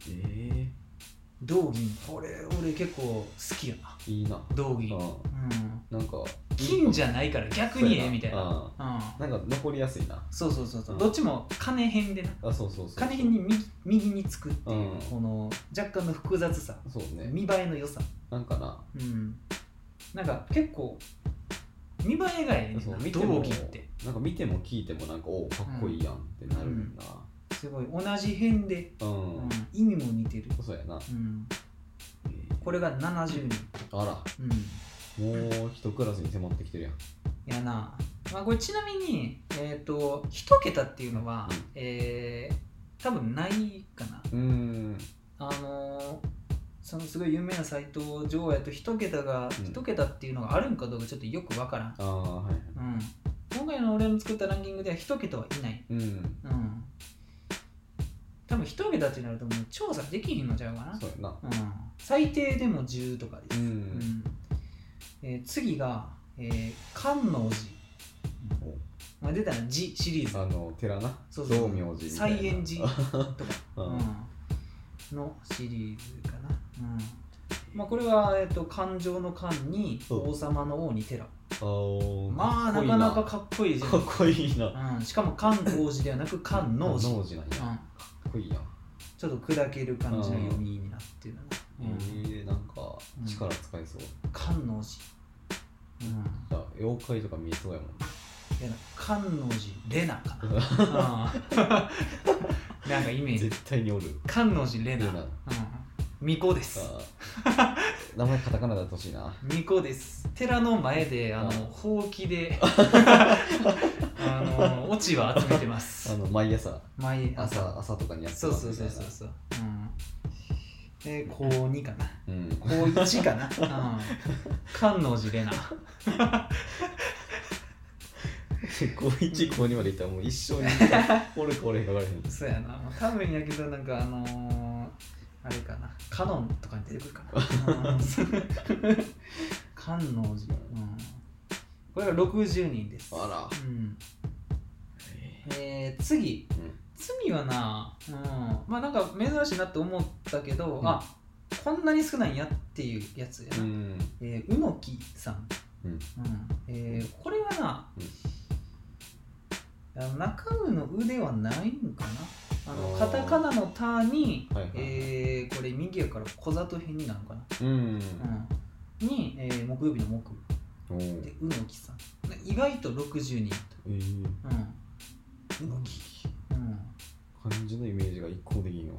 C: え
B: 「銅銀」これ俺結構好きやな
C: えいいな
B: 銅
C: う
B: 銀うん
C: んなんか
B: 金じゃないから逆にええみたいな
C: な
B: うん
C: なんか残りやすいな
B: そうそうそうそううんどっちも金編でな
C: あそうそうそう
B: 金編に右右につくっていう
C: うん
B: この若干の複雑さ
C: そうね
B: 見栄えの良さ
C: なんかな
B: うんなんか結構見栄えがええねん
C: そう
B: な
C: 見て
B: 同
C: も
B: 期って
C: なんか見ても聞いてもなんかおおかっこいいやんってなるもんな
B: すごい同じ辺で、
C: うん、
B: うん意味も似てる、
C: そうやな、
B: うん、これが70人、
C: あら
B: うん、
C: もう一クラスに迫ってきてるやん
B: やな、まあ、これちなみにえっ、と一桁っていうのは、
C: うん
B: えー、多分ないかな
C: うーん
B: あのーそのすごい有名なサイト上やと一桁が
C: うん
B: 一桁っていうのがあるんかどうかちょっとよくわからん、
C: ああはいはい
B: うん、今回の俺の作ったランキングでは一桁はいない
C: うん
B: うん多分一桁ってなるともう調査できひんのちゃうかな
C: そうやな
B: うん、最低でも10とかで
C: う
B: す、
C: ん、
B: うんえー次が、えー、観音寺、
C: お
B: まあ、出たら「寺」シリーズ
C: あの寺な
B: そうそう
C: 道明寺みたいな
B: 西園 寺とか、
C: う
B: うんん、のシリーズかな、うんまあ、これは、えー、と感情の漢に
C: うん
B: 王様の王に寺
C: あー
B: まあな
C: っこいい
B: かなかかっこいい字、
C: かっこいいな
B: うん、しかも観光寺ではなく観
C: 能
B: 能寺、うん、
C: 寺なんやかっこいいやん
B: ちょっと砕ける感じの読みになってるな、う
C: え
B: ん、
C: ー、なんか力使えそう、
B: 観音寺、うん
C: じゃあ妖怪とか見えそうやもん
B: いやな観音寺レナか な、うん なんかイメージ
C: 絶対におる
B: 観音寺レナ
C: レナ
B: うん、巫女です
C: あー名前カタカナだとしいな
B: 巫女です寺の前であの
C: あ
B: ほうき であの落ちは集めてま
C: あ
B: す
C: の毎朝
B: 毎
C: 朝
B: 朝
C: 朝とかにやって
B: そうそうそうそうそう、うん、で高2かな
C: う、うん、
B: 高1かな、 うん、観音寺レナ
C: 高一高二までいったらもう一 生におるかおれへんか分からへん
B: そうやな、多分やけど、なんかあのー、あれかな、カノンとかに出てくるか な。観音寺、うん。これが60人です。
C: あら
B: うん、えー、次、
C: うん
B: 罪はな、うん、まあなんか珍しいなって思ったけど、
C: うん
B: あこんなに少ないんやっていうやつやな。
C: うん
B: えー、うのきさん、
C: うん
B: えーこれはな、あの中身の「う」ではないんかなあの
C: あー
B: カタカナの「た」に、
C: はいはいはい
B: えーこれ右やから小里編になるのかな、
C: うん
B: うん、に、えー木曜日の木
C: おー
B: でうのきさん意外と60人
C: えー、
B: うんうのきう
C: 漢字のイメージが一向できんよ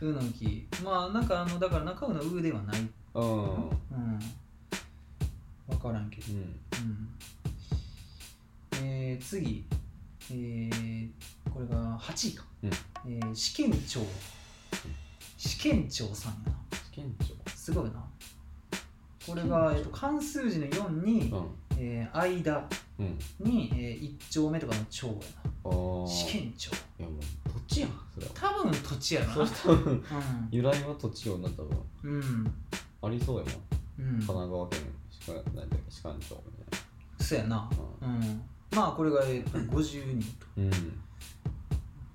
B: んうのきまあなんかあのだから中身の「う」ではない
C: うん
B: うん分からんけど
C: うん
B: うんえー、次、えー、これが8位か、
C: うん
B: えー試験長試験長さんやな
C: 試験長
B: すごいなこれが、えーと漢数字の4に、
C: うん
B: えー間
C: うん
B: に、え1丁目とかの長や
C: あ
B: な
C: ー
B: 試験長
C: いやもう土地やんそれは
B: 多分土地やろな
C: それ多 分
B: う
C: 由来は土地よな多分
B: んうん
C: ありそうやもん神
B: うん
C: 奈川県士官なんだっけ士官長みたい
B: そうやな
C: な
B: うんまあこれが、えー、と50人と
C: うん、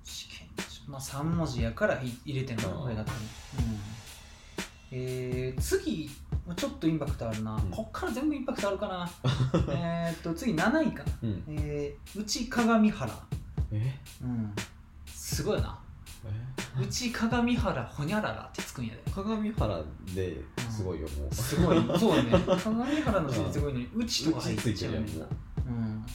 B: 試験まあ3文字やからい入れてんの
C: あー
B: これだったらうんえー、次ちょっとインパクトあるな、
C: うん
B: こっから全部インパクトあるか なえーっと次7位かな
C: うん、
B: えー、内鏡原
C: え
B: うんすごいな
C: え
B: 内鏡原ほにゃららってつくんやで
C: 鏡原ですごいよもう
B: すごい そうやね鏡原の字ですごいのに内とか入ってちゃうねん
C: 内ついて
B: な
C: るや
B: うん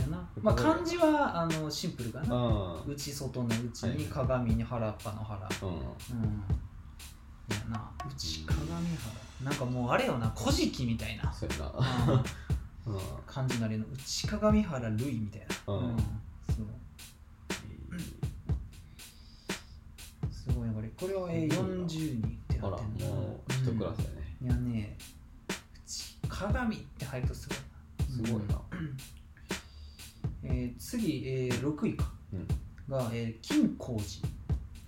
B: やなまあ漢字はあのシンプルかな
C: あ
B: 内外の内
C: はい
B: に鏡に原っぱの原
C: あうん
B: うんいやなうち鏡原なんかもうあれよな「古事記」みたい な
C: そうやな
B: うん
C: うん
B: 感じのあれのうち鏡原るいみたいな
C: うん
B: そうすごいなこれこれはえー40人ってな
C: あら
B: ってんの
C: もう一クラスやね
B: うんいやねうち鏡って入るとすごいな
C: すごいな
B: えー、次6位か、
C: うん
B: が、えー金光寺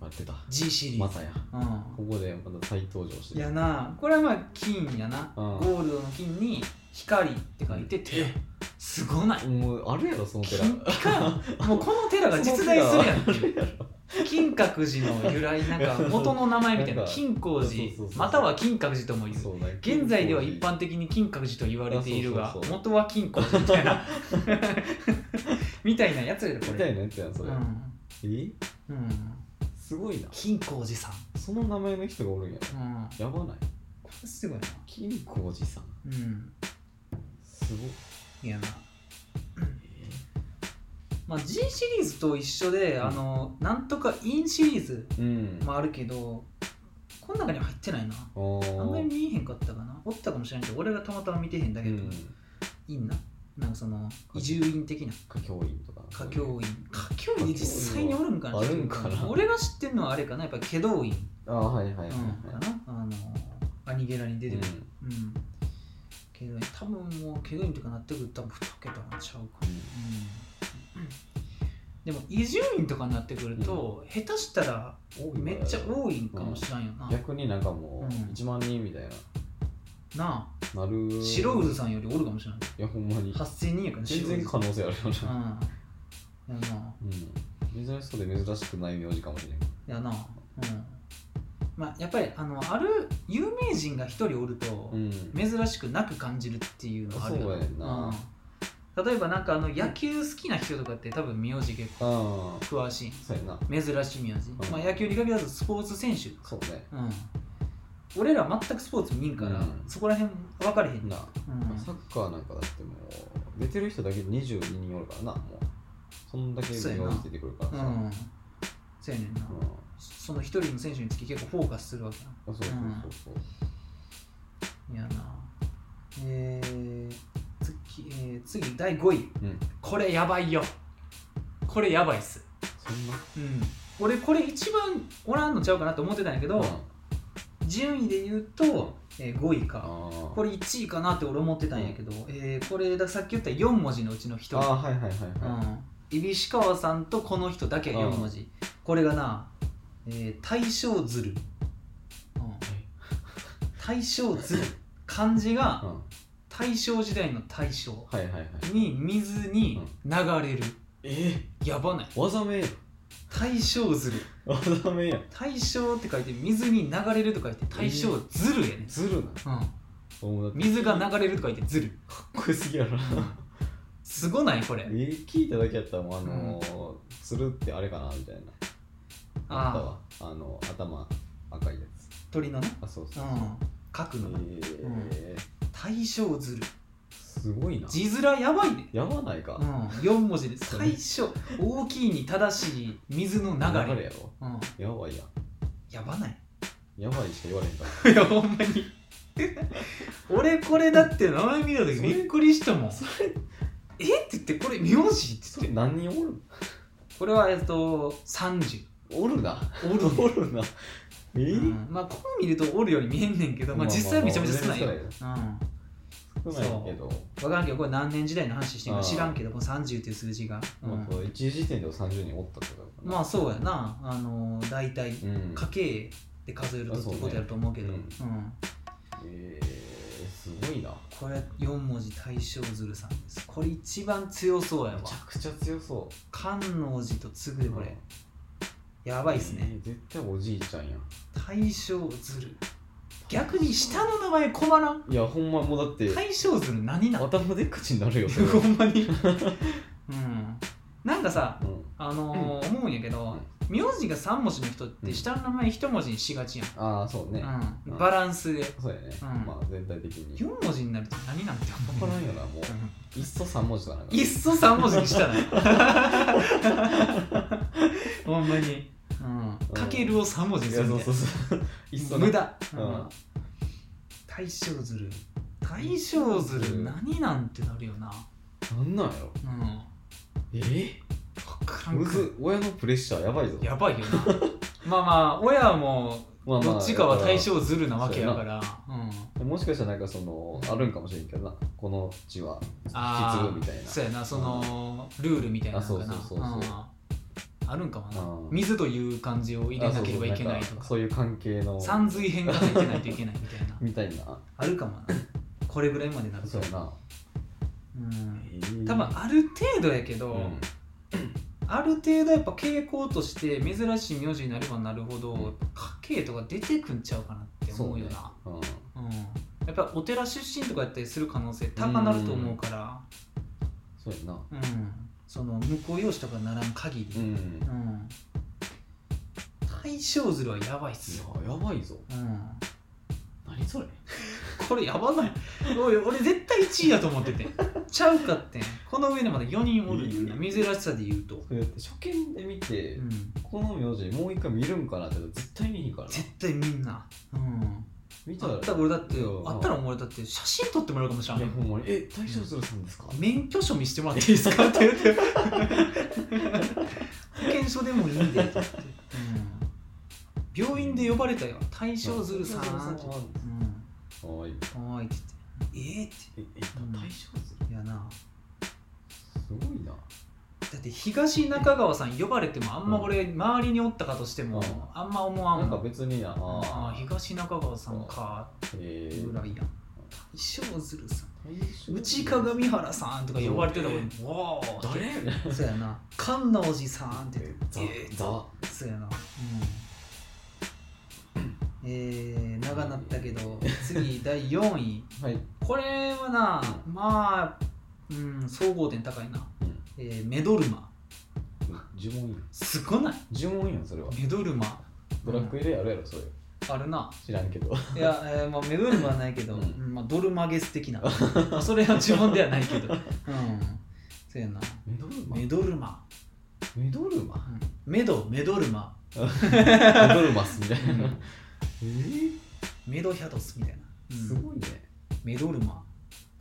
C: 待ってた
B: G シリー
C: ま
B: ズ、
C: たや
B: う
C: ここでまた再登場して
B: ん、
C: る
B: やなこれはまあ金やな、
C: うん
B: ゴールドの金に光って書いて寺
C: え
B: すごない
C: もうあるやろその寺
B: 金閣もうこの寺 が実在するやんっていう金閣寺の由来なんか元の名前みたい な
C: なんか
B: 金光
C: そうそうそう
B: 寺
C: そう
B: または金閣寺とも言う
C: そうね
B: 現在では一般的に金閣寺と言われているが
C: そうそうそう
B: 元は金庫寺みたいな みたいなやつやでこ
C: みた
B: れ
C: いなやつやんそれ、
B: うん
C: え
B: うん
C: すごいな
B: 金光寺さん
C: その名前の人がおるんや
B: うん
C: やばない
B: これすごいな
C: 金光寺さん
B: うん
C: すごい
B: いやなまあ G シリーズと一緒であのなんとかインシリーズ
C: うん、
B: もあるけどこの中には入ってないな
C: あー、
B: あんまり見えへんかったかなおったかもしれんけど俺がたまたま見てへんだ
C: う
B: けど、
C: ん
B: いいんななんかその移住院的な
C: 歌教員とか
B: 歌教員歌教員で実際におるんかな
C: あるんかな
B: 俺が知ってるのはあれかなやっぱり祁答院
C: あーはいはいはい、はい
B: かな、あのアニゲラに出てくる
C: うん
B: うん祁答院多分もう祁答院とかなってくると多分2桁になっちゃうか
C: う
B: ら
C: ん
B: うんでも移住院とかになってくると、下手したら
C: 多いわ
B: めっちゃ多いんかもしれんよな、
C: 逆になんかもう
B: うん
C: 1万人みたい
B: な
C: な、な
B: あ
C: る
B: 白渦さんよりおるかもしれない
C: いやほんまに
B: 8000人やから
C: 全然可能性あるよな、
B: うんやな
C: うん、珍しそうで珍しくない名字かもしれん
B: やなうんまあやっぱりあのある有名人が一人おると
C: うん
B: 珍しくなく感じるっていうのはあるよ
C: そうやんな
B: うん例えばなんかあの野球好きな人とかって多分名字結
C: ああ
B: 構詳しい
C: そうやな
B: 珍しい名字、
C: ん
B: まあ野球に限らずスポーツ選手
C: そうね
B: うん俺ら全くスポーツ見んから、
C: うん
B: そこら辺分かれへんうん
C: なサッカーなんかだってもう出てる人だけで22人おるからなもうそんだけ名字出てくるから
B: う
C: さ
B: んそうやねんな、
C: うん
B: その一人の選手につき結構フォーカスするわけな
C: あそうそうそう
B: いやなえー、次、えー次第5位、
C: うん
B: これやばいよこれやばいっす
C: そうそ
B: うん俺これ一番おらんのちゃうかなと思ってたんやけど、
C: んな
B: 順位で言うと、え5位
C: あ
B: か
C: ー
B: これ1位かなって俺思ってたんやけど、えーこれださっき言った4文字のうちの1人
C: あーはいはいはいは
B: うん蛭子川さんとこの人だけ4文字これがな、えー大正鶴、うん、大正鶴漢字
C: い、う
B: が
C: ん、
B: 大正時代の大正
C: はいはいはい
B: に水に流れる、
C: え
B: やばない
C: 技名や
B: 大正鶴
C: 技名や
B: 大正って書いて水に流れると書いて大正鶴やね、
C: ずるな友
B: うん、
C: 達
B: 水が流れると書いて鶴
C: かっこよすぎやろ
B: すごないこれ
C: え聞いただけやったらもうあのーつるってあれかなみたいなあっ
B: あ
C: た
B: あ
C: わあの頭赤いやつ
B: 鳥のね
C: あそうそううん
B: 書くのな
C: えー
B: 大正鶴
C: すごいな
B: 字面やばいね
C: やばないか
B: うん、4文字で最初大きいに正しい水の流れ
C: やろ
B: うん、
C: やばいや
B: やばない
C: んやばいしか言われへんか ら
B: いやほんまに俺これだって名前見た時びっくりしたもん
C: そ
B: えって言ってこれ名字って
C: そ
B: 言
C: れ
B: って
C: 何人おる
B: これはえっと30
C: おるな
B: おるね
C: おるなえ
B: う
C: ー
B: ん、まあこう見るとおるより見えんねんけど、まあ、
C: まあまあ
B: 実際はめちゃめちゃ少ないよ、
C: まあ少ないけど
B: うん、分からんけどこれ何年時代の話してんか
C: あー
B: 知らんけどこの30っていう数字が、うん
C: まあこう一時点では30人おったってこと
B: まあ
C: あ
B: そうやなあのー大体
C: うん
B: 家計で数えるとってことやると思うけど、
C: あそうね
B: うん、
C: えーすごいな
B: これ4文字大正鶴さんですこれ一番強そうやわ
C: めちゃくちゃ強そ
B: 観音寺と次ぐ
C: う
B: でこれ、やばいっすね
C: えー絶対おじいちゃんやん
B: 大正鶴逆に下の名前困らん
C: いやほんまもうだって
B: 大正鶴何なん
C: 頭でっかちになる よ
B: ほんまにうんなんかさ
C: うん
B: あのー思うんやけど名字が3文字の人って下の名前1文字にしがちやん、
C: ああそうね
B: うん、バランスで
C: そうやね
B: うん
C: まあ全体的に
B: 4文字になると何なんて思
C: わ
B: う
C: からんよなもう
B: うん
C: いっそ3文字だな。
B: いっそ3文字に したらほんまに、うん、かけるを3文字
C: い
B: にす
C: や
B: るみたい
C: そうそうそう。いっ
B: な
C: そ
B: 無駄、
C: うん
B: うん大正鶴大正鶴何なんてなるよな、
C: なんなんやろ
B: うん、
C: えー
B: わからん
C: む
B: か
C: ずっ親のプレッシャーやばいぞ。
B: やばいよなまあまあ親も
C: まあまあ
B: どっちかは対
C: だ
B: 象ずるなわけやから、うん、
C: からもしかしたらなんかそのあるんかもしれんけどなこの字は
B: あ
C: 引き継
B: ー
C: ぐみたいな
B: そうやなその、ルールみたいなのかな
C: あそうそうそうそ
B: う
C: う
B: んあるんかもな、
C: うん
B: 水という漢字を入れなければいけない
C: あそうそ
B: と
C: うなん
B: か
C: そういう関係の
B: 三髄編が入ってないといけ ないみたいな
C: みたいな
B: あるかもなこれぐらいまでなると
C: そうやな
B: うん、
C: へー
B: 多分ある程度やけど、
C: うん
B: ある程度やっぱ傾向として珍しい名字になればなるほど、やっぱ家系とか出てくんちゃうかなって思うよな
C: そうね
B: う、ん、やっぱお寺出身とかやったりする可能性高なると思うから
C: うん、そうやな
B: うん、その婿養子とかならん限
C: う
B: り、
C: ん
B: うん大正鶴はやばいっすよ、
C: いややばいぞ
B: うん、
C: 何それ
B: これやばないおい俺絶対1位やと思っててちゃうかってんこの上にまだ4人おるよね珍しさで言うと、
C: そうやって初見で見て、
B: うん、
C: この名字もう一回見るんかなって絶対見に行からな
B: 絶対みんなうん
C: 見た
B: あ
C: ら
B: ったら俺だって、
C: うん
B: あったらお前だって写真撮ってもらうかもしれ
C: いや
B: ん。
C: ほんまにえ大正鶴さんですか、
B: 免許証見せてもらっていい ですかって言って。保険証でもいいんでって言って、うん。病院で呼ばれたよ。大正鶴さんって。う
C: かわいい
B: ん。おーいって言って。えー、って
C: ええ
B: うん
C: 大正鶴
B: いやな。
C: すごいな
B: だって東中川さん呼ばれてもあんま俺周りにおったかとしても
C: うん
B: あんま思わんも
C: なん
B: ん。
C: か別にな
B: ああ
C: あー
B: 東中川さんか
C: えー
B: ぐらいやん。大正鶴さん。
C: 大正鶴
B: 内鏡原さんとか呼ばれてたもん。おーって
C: 誰
B: そうやな。菅直寺さんって言って
C: ザ
B: えー
C: ザ
B: そうやな。うん。えー、長なったけど、次、第4位。
C: はい
B: これはな、まあ、うん、総合点高いな。
C: うん
B: えー、メドルマ。
C: 呪文や
B: すごない
C: 呪文やんそれは
B: メドルマ。
C: ドラクエでやるやろそれ
B: あるな。
C: 知らんけど
B: いや、えーまあ、メドルマはないけど、
C: うん
B: うんまあ、ドルマゲス的な。まあ、それは自分ではないけど。うん。そうやな。
C: メドルマ
B: メドルマ。
C: メドル
B: う
C: マ
B: んメド、メドルマ。
C: メドルマスみたいな
B: う
C: えー
B: メドヒャドスみたいな。うん
C: すごいね
B: メドルマ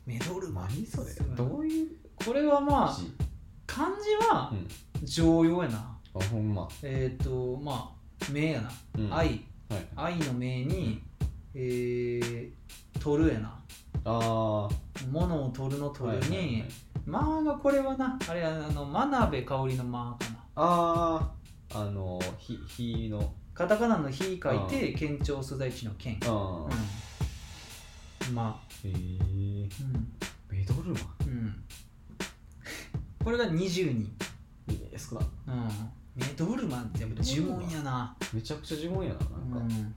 B: メドルマ
C: 何それ
B: すごい
C: どういう
B: これはまあ
C: 字
B: 漢字は
C: うん
B: 常用やな、
C: あほんま
B: えっ、とまあ名やな、
C: うん
B: 愛
C: はい
B: 愛の名に、えー、取るやな
C: あ
B: 物を取るの
C: ー
B: 取
C: はい
B: るに、
C: はいはい
B: まあがこれはなあれやなあの真鍋かおりの間かな
C: あーあのひひの
B: カタカナの「火」書いて県庁所在地の「県」
C: あー
B: うん、まあ
C: へえ
B: うん
C: メドルマ
B: うんこれが20人
C: いいね少な
B: うんメドルマンってやっぱ呪文やな
C: めちゃくちゃ呪文やななんか、
B: うん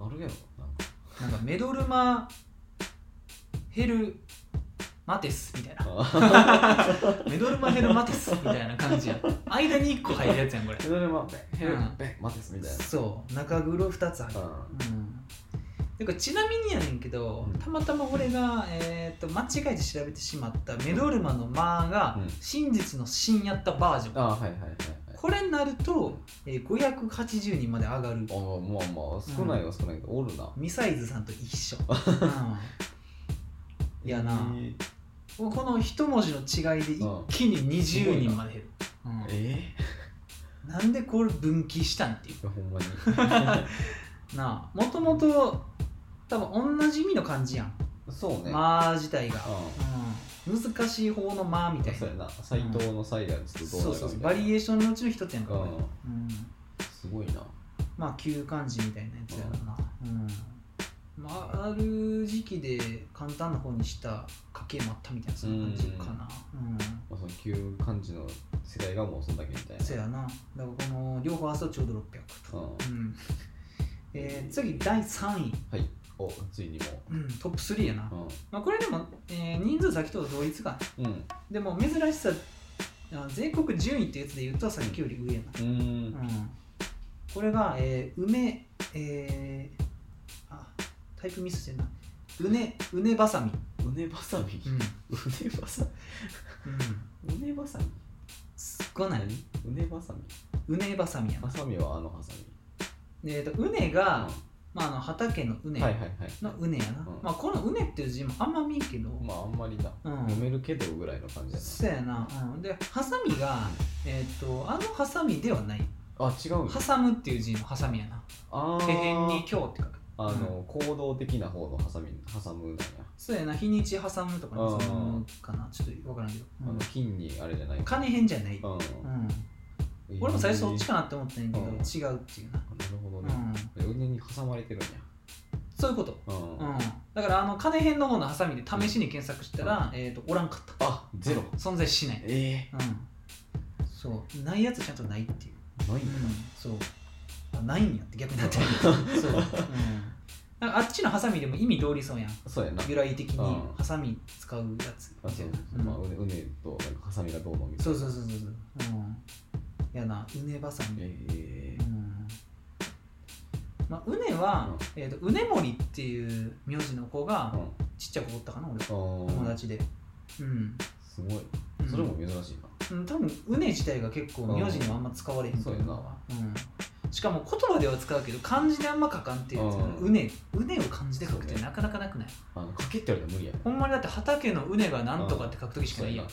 C: あるやろなんか
B: なんかメドルマヘルマテスみたいな
C: あ
B: メドルマヘルマテスみたいな感じや間に1個入るやつやんこれ
C: ーメドルマヘル
B: うん
C: ベマテスみたい
B: そう中黒2つ入る
C: なうん
B: うんてかちなみにやねんけど
C: うん
B: たまたま俺が、えー、と間違えて調べてしまったメドルマの「マ」が
C: うん
B: 真実の「真」やったバージョン
C: あーはいはいはいはい
B: これになると、えー580人まで上がる
C: あーまあまあ少ないは少ないけど、おるな
B: ミサイズさんと一 緒、うん、いやな、
C: え
B: もうこの一文字の違いで一気に20人まで減る、
C: ー、え
B: うんなんでこれ分岐したんってい
C: ー、いやほんまに
B: うなあもともと多分同じ意味の漢字やん「
C: そうね
B: まあ」自体が、
C: う
B: うん、難しい方の「まあ」みたい
C: そう
B: な
C: やな斎藤の才がちょっと
B: そ
C: ど
B: うう
C: な
B: そ
C: る
B: う
C: かみたいな
B: バリエーションのうちの一つやんか、これ
C: うん
B: うん、
C: すごいな
B: まあ旧漢字みたいなやつやろな、うんまあ、ある時期で簡単な方にした家計もあったみたいなそんな感じかな、うん
C: まあ、その旧漢字の世代がもうそんだけみたいな。
B: そうやな。だからこの両方合わせるとちょうど600と。うんえー次、第3位、
C: はい。お、ついにも
B: うんトップ3やな。
C: う。
B: まあ、これでも、えー人数先と同一かな。
C: うん。うん。
B: でも珍しさ、あ全国順位ってやつで言うとさっきより上や
C: うーん。
B: な。うん、これが、えー梅、えーあ、タイプミスしてんな。うね、うねばさみ。
C: うねばさみ。
B: うん。
C: うねばさ
B: うん。
C: み。うねばさみ。
B: すっごない。
C: うねばさみ。
B: うねばさみや
C: は
B: な。
C: さみはあのはさみ。
B: えーと、うねが、まあ、あの畑のう
C: う
B: ね。
C: んはいはいはい。
B: のうねやな、
C: うん
B: まあこのうねっていう字もあんま見んけど、
C: まああんまりな。
B: うん
C: 読めるけどぐらいの感じや
B: そうやな、うん、でハサミが、えっとあのハサミではない
C: な。あ違うんだ
B: 挟むっていう字のハサミやな
C: あー
B: 手辺に今日って書く
C: あの、行動的な方の挟み挟むだよな、
B: そうやな日にち挟むとかね
C: あー
B: そういうのかなちょっとわからんけど、う
C: あ
B: ん
C: の、金にあれじゃない
B: 金へんじゃない、うん
C: うん、
B: 俺も最初そっち
C: な
B: かなって思ったんやけど、
C: うん
B: 違うっていうな、
C: なるほど
B: う
C: ね、
B: ん、
C: うねに挟まれてるんや
B: そういうこと
C: うん、
B: うん、だからあの金編の方のハサミで試しに検索したら、えっ、とおらんかった
C: あゼロ
B: 存在しない、
C: え
B: うん、そうないやつちゃんとないっていう、
C: えない
B: うん
C: だ、
B: ん、そうあないんやって逆にな ってるそう、うん、なんかあっちのハサミでも意味通りそうやん
C: そうやな
B: 由来的に
C: うん
B: ハサミ使うやつ
C: あ
B: みた
C: そ
B: いうな、
C: まあ
B: うん
C: うねうねとなんかハサミがどうのみたい
B: そ
C: な
B: うそうそうそうそう、うん、やなうねばさみ、
C: え
B: う
C: え
B: んまあ、うねは、えー、とうねもりっていう名字の子が、
C: うん
B: ちっちゃい子おったかな俺友
C: 友
B: 達でうん、
C: すごい
B: うん
C: それも珍しいな、
B: うん多分うね自体が結構名字にはあんま使われへんとい
C: そうやな
B: うん、しかも言葉では使うけど漢字であんま書かんっていうやつ
C: うん
B: うねうねを漢字で書くっ
C: そ
B: て
C: うね
B: なかなかなくない
C: あのかけって言われたら無理や
B: ほんまにだって畑のうねがなんとかって書くときしかないやん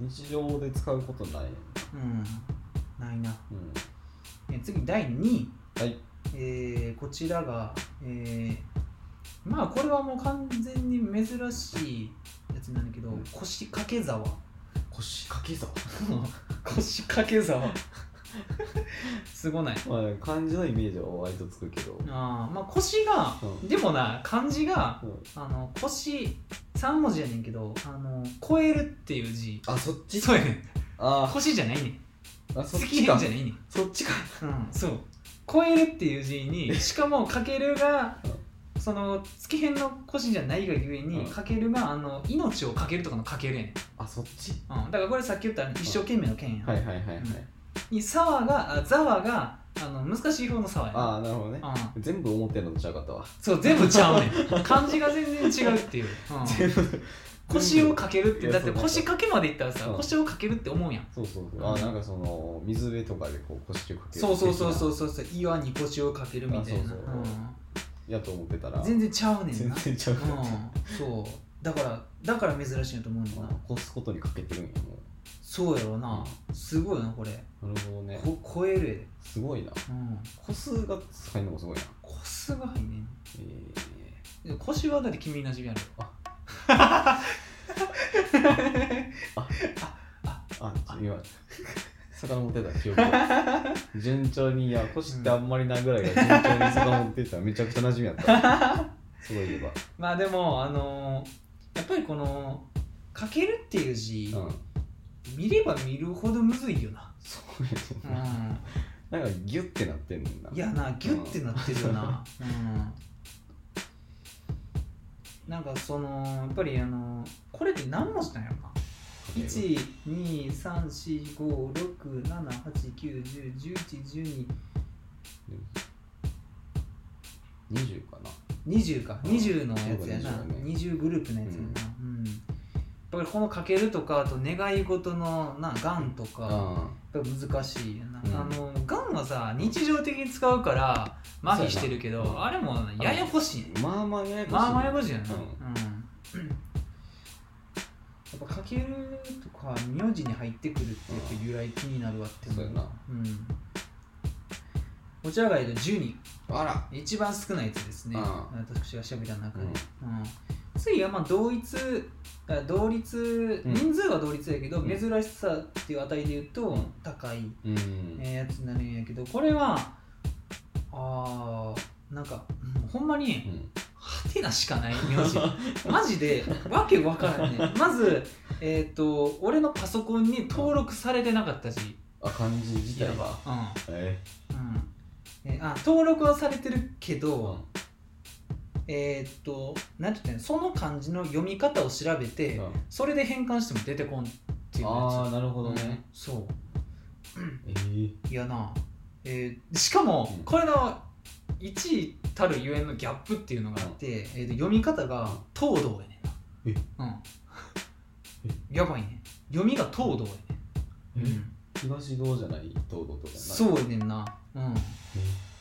C: 日常で使うことないね
B: うん、うん、ないな、
C: うん
B: え次第2位
C: はい
B: えーこちらが、えーまあこれはもう完全に珍しいやつなんだけど、
C: うん
B: 腰掛け沢
C: 腰掛けさ
B: 腰掛け沢 すごない
C: まあ漢字のイメージは割とつくけど、
B: あーまあ腰が、
C: うん
B: でもな漢字が
C: うん
B: あの腰3文字やねんけどあの超えるっていう字
C: あそっち
B: そうやねん
C: あ
B: 腰じゃないねん
C: あそ
B: 好
C: っ
B: き
C: ち
B: じゃ
C: か
B: ないねん
C: そっちか
B: うん、そう超えるっていう字 にしかもかけるがその月辺の腰じゃないがゆえに、
C: うん
B: かけるがあの命をかけるとかのかけるやね
C: あそっち
B: ん、うん、だからこれさっき言ったあの一生懸命の剣やん、
C: はいはいはいはい、
B: に沢があざわがあの難しい方の沢やねん
C: ああなるほどね
B: うん、
C: 全部思ってんのとちゃうかったわ
B: そう全部ちゃうねん漢字が全然違うっていう、うん
C: 全部
B: 腰をかけるって
C: いや
B: だって
C: そう
B: 腰掛けまでいったらさ、
C: うん
B: 腰をかけるって思うやん
C: そうそうそうあなんかその水辺とかでこう腰をかける
B: そうそうそうそううそうそう岩に腰をかけるみたいな
C: あそうそうやと思ってた
B: う
C: ら
B: ん、全然ちゃうねん
C: 全
B: な
C: 然ちゃうかった
B: うん、そうだからだから珍しいなと思うんだな
C: あこすことにかけてるんやも
B: そうやろなすごいなこれ
C: うなるほどね
B: こ超えるやで、
C: すごいな
B: うん、
C: こすが入るのもすごいな
B: こすがいね
C: え
B: でも腰はだって君なじみある
C: ー、あ今魚持ってた記憶が 順調にいや腰ってあんまりないぐらいが順調に魚持ってたらめちゃくちゃ馴染みやったすごい言えば
B: まあでもあのーやっぱりこの「かける」っていう字、
C: うん
B: 見れば見るほどむずいよな、
C: そうや
B: う
C: ねんな、
B: ん、
C: なんかギュッてなってんねんない
B: やなギュッてなってるよな、うん、なんかそのやっぱりあのこれって何文字なんやろな1 2 3 4 5 6 7 8 9 1 0 1 1 1
C: 20かな
B: 2 2 0か
C: うん
B: 20のやつやな
C: そうだね
B: 20グループのやつやなうんやっぱりこのかけるとかあと願い事のながんとかやっ
C: あ
B: ぱり難しいやな、
C: うん
B: あのがんはさ日常的に使うから麻痺してるけど
C: そうやな
B: あれもややこしいね
C: あまあまあややこしい
B: まあまあやこしいよね。
C: うん
B: うん。やっぱかけるとか名字に入ってくるってやっぱ由来気になるわって思
C: そうやな
B: うん。こちらがえっと10人。
C: あら
B: 一番少ないやつですね。
C: うん
B: 私が喋った中で。
C: うん
B: うん次はまあ同一、あ同率、
C: うん
B: 人数は同率やけど、
C: うん
B: 珍しさっていう値で言うと
C: ん
B: 高い。
C: うん、
B: えーやつになるんやけどこれはあーなんかうんほんまに
C: うん
B: ハテナし かない名字マジでわけわからんねまずえっ、と俺のパソコンに登録されてなかったし
C: あ漢字自体は
B: う
C: え
B: んうんえあ登録はされてるけ
C: ー
B: ど、えっ、となんて言ったんやその漢字の読み方を調べて、
C: うん
B: それで変換しても出てこんっていうやつ
C: ああなるほど
B: うん
C: ね、
B: そう
C: えー
B: いやな、えーしかも
C: うん
B: これの1位たるゆえんのギャップっていうのがあって、えーと読み方が東堂やね
C: え
B: んなうんやばいね読みが東堂や
C: え
B: ねん、
C: 東堂じゃない堂々とかな
B: そうやねんな、うん、
C: え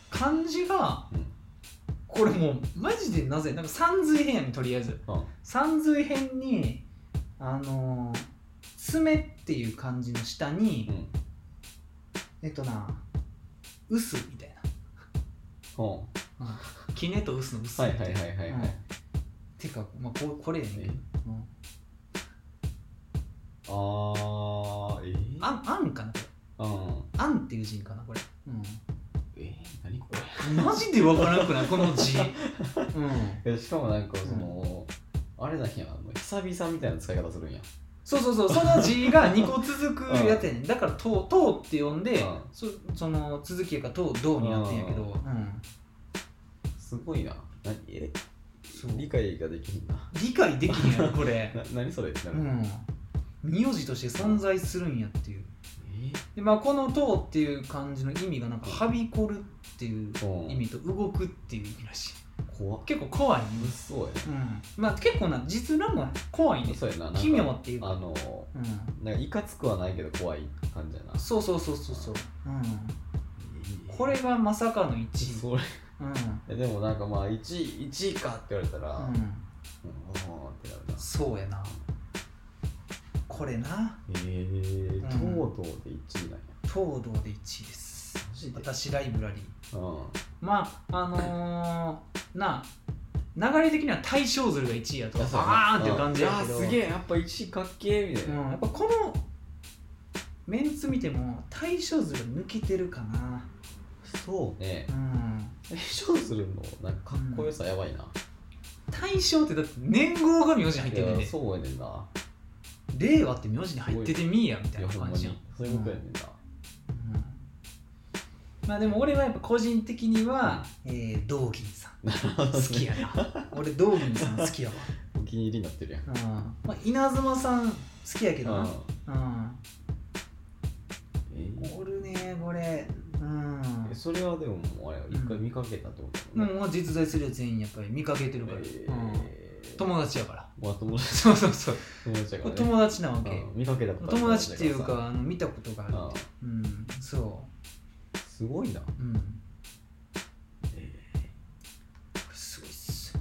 B: 漢字が、
C: うん
B: これもうマジでなぜなんか三髄編やねんとりあえず
C: ーうん
B: 三髄編にあのー爪っていう漢字の下に、
C: うん
B: えっとなウスみたい
C: ほん
B: な、うん、キネとウスのウス
C: は
B: み
C: い
B: たいな
C: はいはいはいはい、
B: てか、まあ、ここれやねんけど、うん、
C: あーえー、
B: あんあんかなこれ
C: うん
B: あんっていう字かなこれ、う
C: えー、何こ
B: ん、マジでわからなくないこの字 うん
C: れえしかもなんかその、あれだけやんあの久々みたいな使い方するんや
B: そうそう そうその字が2個続くやつやねんだから「とう」とうって呼んで、
C: うん
B: そその続きやから「とう」「どう」になってんやけど、
C: うん
B: うん、
C: すごいな何え
B: そう
C: 理解ができひんな
B: 理解できへんやろこれ
C: な何それってな
B: う
C: る、
B: ん名字として存在するんやっていう
C: え
B: でまあこの「とう」っていう漢字の意味がなんかはびこるっていう
C: ー、うん
B: 意味と動くっていう意味らしい
C: 怖っ
B: 結構怖いね
C: うっそうや
B: うんまあ結構な実なのは怖いね
C: なそうやななんか
B: 奇妙っていうか
C: あの
B: うん
C: なんかいかつくはないけど怖い感じやな
B: そうそうそうそうそう、うん、これ
C: え
B: がまさかの1
C: ー
B: 位
C: それ
B: うん、
C: えでもなんかまあ 1, 1位かって言われたら、うん、
B: うん、
C: おーってなるな
B: そうやなこれな
C: えー、
B: うん
C: とうとうで1位なんや
B: 東堂で1位です
C: マジで
B: 私ライブラリー
C: うん
B: まああのー、なあ流れ的には大正鶴が1位やと
C: いやそうや
B: あ
C: な
B: ーんっていう感じやけど、
C: うんあーすげえやっぱ1位かっけえみたい
B: うん、
C: な、
B: やっぱこのメンツ見ても大正鶴抜けてるかな
C: そうね
B: うん
C: 大正するのなんかかっこよさやばいな、
B: 大正ってだって年号が名字に入って
C: い
B: るん
C: や
B: で
C: そうやねんな
B: 令和って名字に入っててみーやみたい
C: いや
B: な
C: ほん
B: 感
C: ま
B: じやん
C: にそういうことやねんな、
B: うんまあでも俺はやっぱ個人的には、えー、道銀さん好きやな 俺道銀さん好きやわ、
C: お 気に入りになってるやん
B: うんまあ、稲妻さん好きやけどなうん
C: え
B: おるねこれうん
C: ー、それはでももうあれ一回見かけたってこと
B: も
C: ん、
B: う実在するやつ全員やっぱり見かけてるから、
C: え
B: うん、
C: ー、
B: 友達やから
C: まあ友達
B: そうそうそう
C: 友達だから、ね、
B: 友達なわけ、
C: うん見かけたことある
B: 友達っていう
C: 友
B: かあの見たことがある
C: 達だからさ
B: うんそ
C: うんすごいな
B: ううん
C: え
B: これすごいっす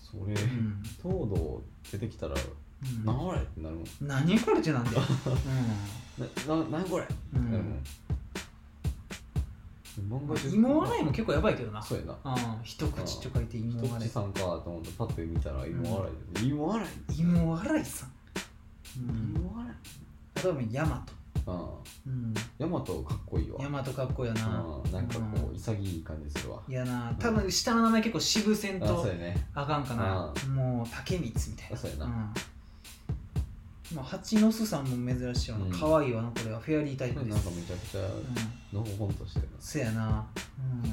C: それ、
B: うん、
C: 東堂出てきたら
B: うん
C: 何これってなるもん
B: 何これってなん だよ、
C: なな何これって
B: うんう
C: なる
B: ん
C: もん漫
B: ま
C: 画
B: あ
C: 中
B: 芋洗いも結構やばいけどな
C: そうやな
B: うん一口と書いて
C: 一
B: 芋洗
C: 口
B: い
C: さんかと思ってパッと見たら芋洗いで芋洗い
B: 芋洗いさん、うん、
C: 芋洗い
B: 例えばヤマト、
C: うん
B: うん、
C: ヤマトかっこいいわ
B: ヤマトかっこいいよな
C: うんなんかこ
B: う
C: うん潔い感じするわ
B: いやな多分下の名前結構渋せん
C: あそう
B: と
C: やね
B: あかんかなもう竹光みたい
C: あ
B: な
C: そうやな
B: うんまあ蜂の巣さんも珍しいわ
C: うん
B: な可愛いわなこれはフェアリータイ
C: な
B: プ
C: ん
B: で
C: か
B: す
C: めちゃくちゃ
B: うん
C: のほほんとしてるな
B: そやな、うん、いっ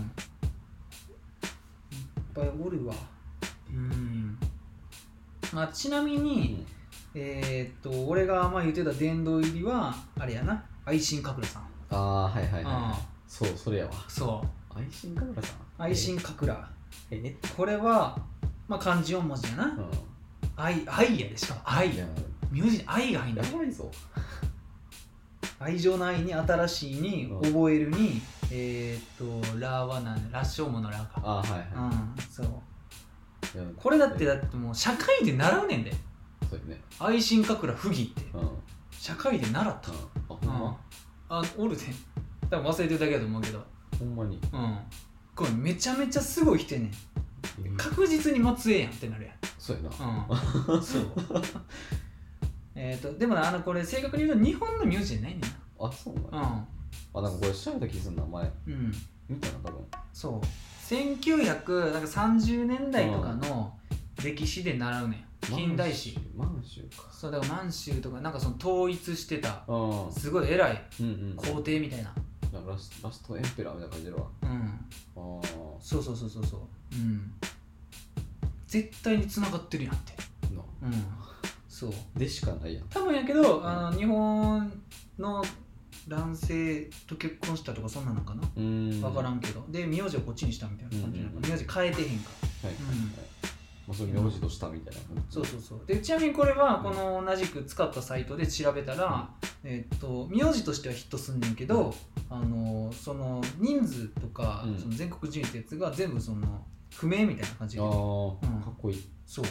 B: ぱいおるわうん、まあ、ちなみに、えーっと俺がまあ言ってた殿堂入りはあれやな愛心神楽さん、
C: ああーはいはいはいは
B: あ
C: いそうそれやわ
B: あそう
C: 愛心カメラさん
B: 愛心神楽
C: ええ
B: これはまあ漢字4文字やな、
C: う
B: 愛愛やでしかも愛
C: んいや
B: 名字に愛が入んだ
C: やばいぞ
B: 愛情の愛に新しいに
C: うん
B: 覚えるに、えーっとラはなんラッショーモのラか
C: ああはい
B: うん
C: は
B: そう
C: いいや
B: これだってだってもう社会で習うねんで
C: そうやね
B: 愛心かくら不義って
C: うんうん
B: 社会で習っ
C: あ
B: た、
C: ほんま
B: あおるで多分忘れてるだけだと思うけど
C: ほんまに
B: うんこれめちゃめちゃすごい人やねん確実に末裔やんってなる
C: そうやな
B: やんうんそうえっとでもなあのこれ正確に言うと日本の名字じゃないねん
C: あそうなんや
B: な
C: あなんかこれ調べた気するな前
B: うんうん
C: 見たな多分
B: そう1930年代とかの歴史で習うねん近代史
C: 満州満州か
B: そうだから満州とかなんかその統一してた
C: うん
B: すごい偉い
C: うんうん
B: 皇帝みたいな
C: なんかラスラストエンペラーみたいな感じるわ
B: うん
C: あー
B: そうそうそうそうそううん絶対に繋がってるやんって
C: な
B: うんそう
C: でしかないやん
B: 多分やけどあの日本の男性と結婚したとかそんなのかな
C: うーん
B: 分から
C: は
B: んけどで名字をこっちにしたみたいな感じなの
C: うん
B: か
C: うんうん
B: 名字変えてへんか
C: いはいはい
B: うん
C: もうそれ名字としたみたいな感じ
B: そうそうそうでちなみにこれはこの同じく使ったサイトで調べたら、えっと名字としてはヒットすんねんけど、あのその人数とか、
C: うん
B: その全国順位ってやつが全部その不明みたいな感じで
C: ああ
B: うん
C: かっこいい
B: そう。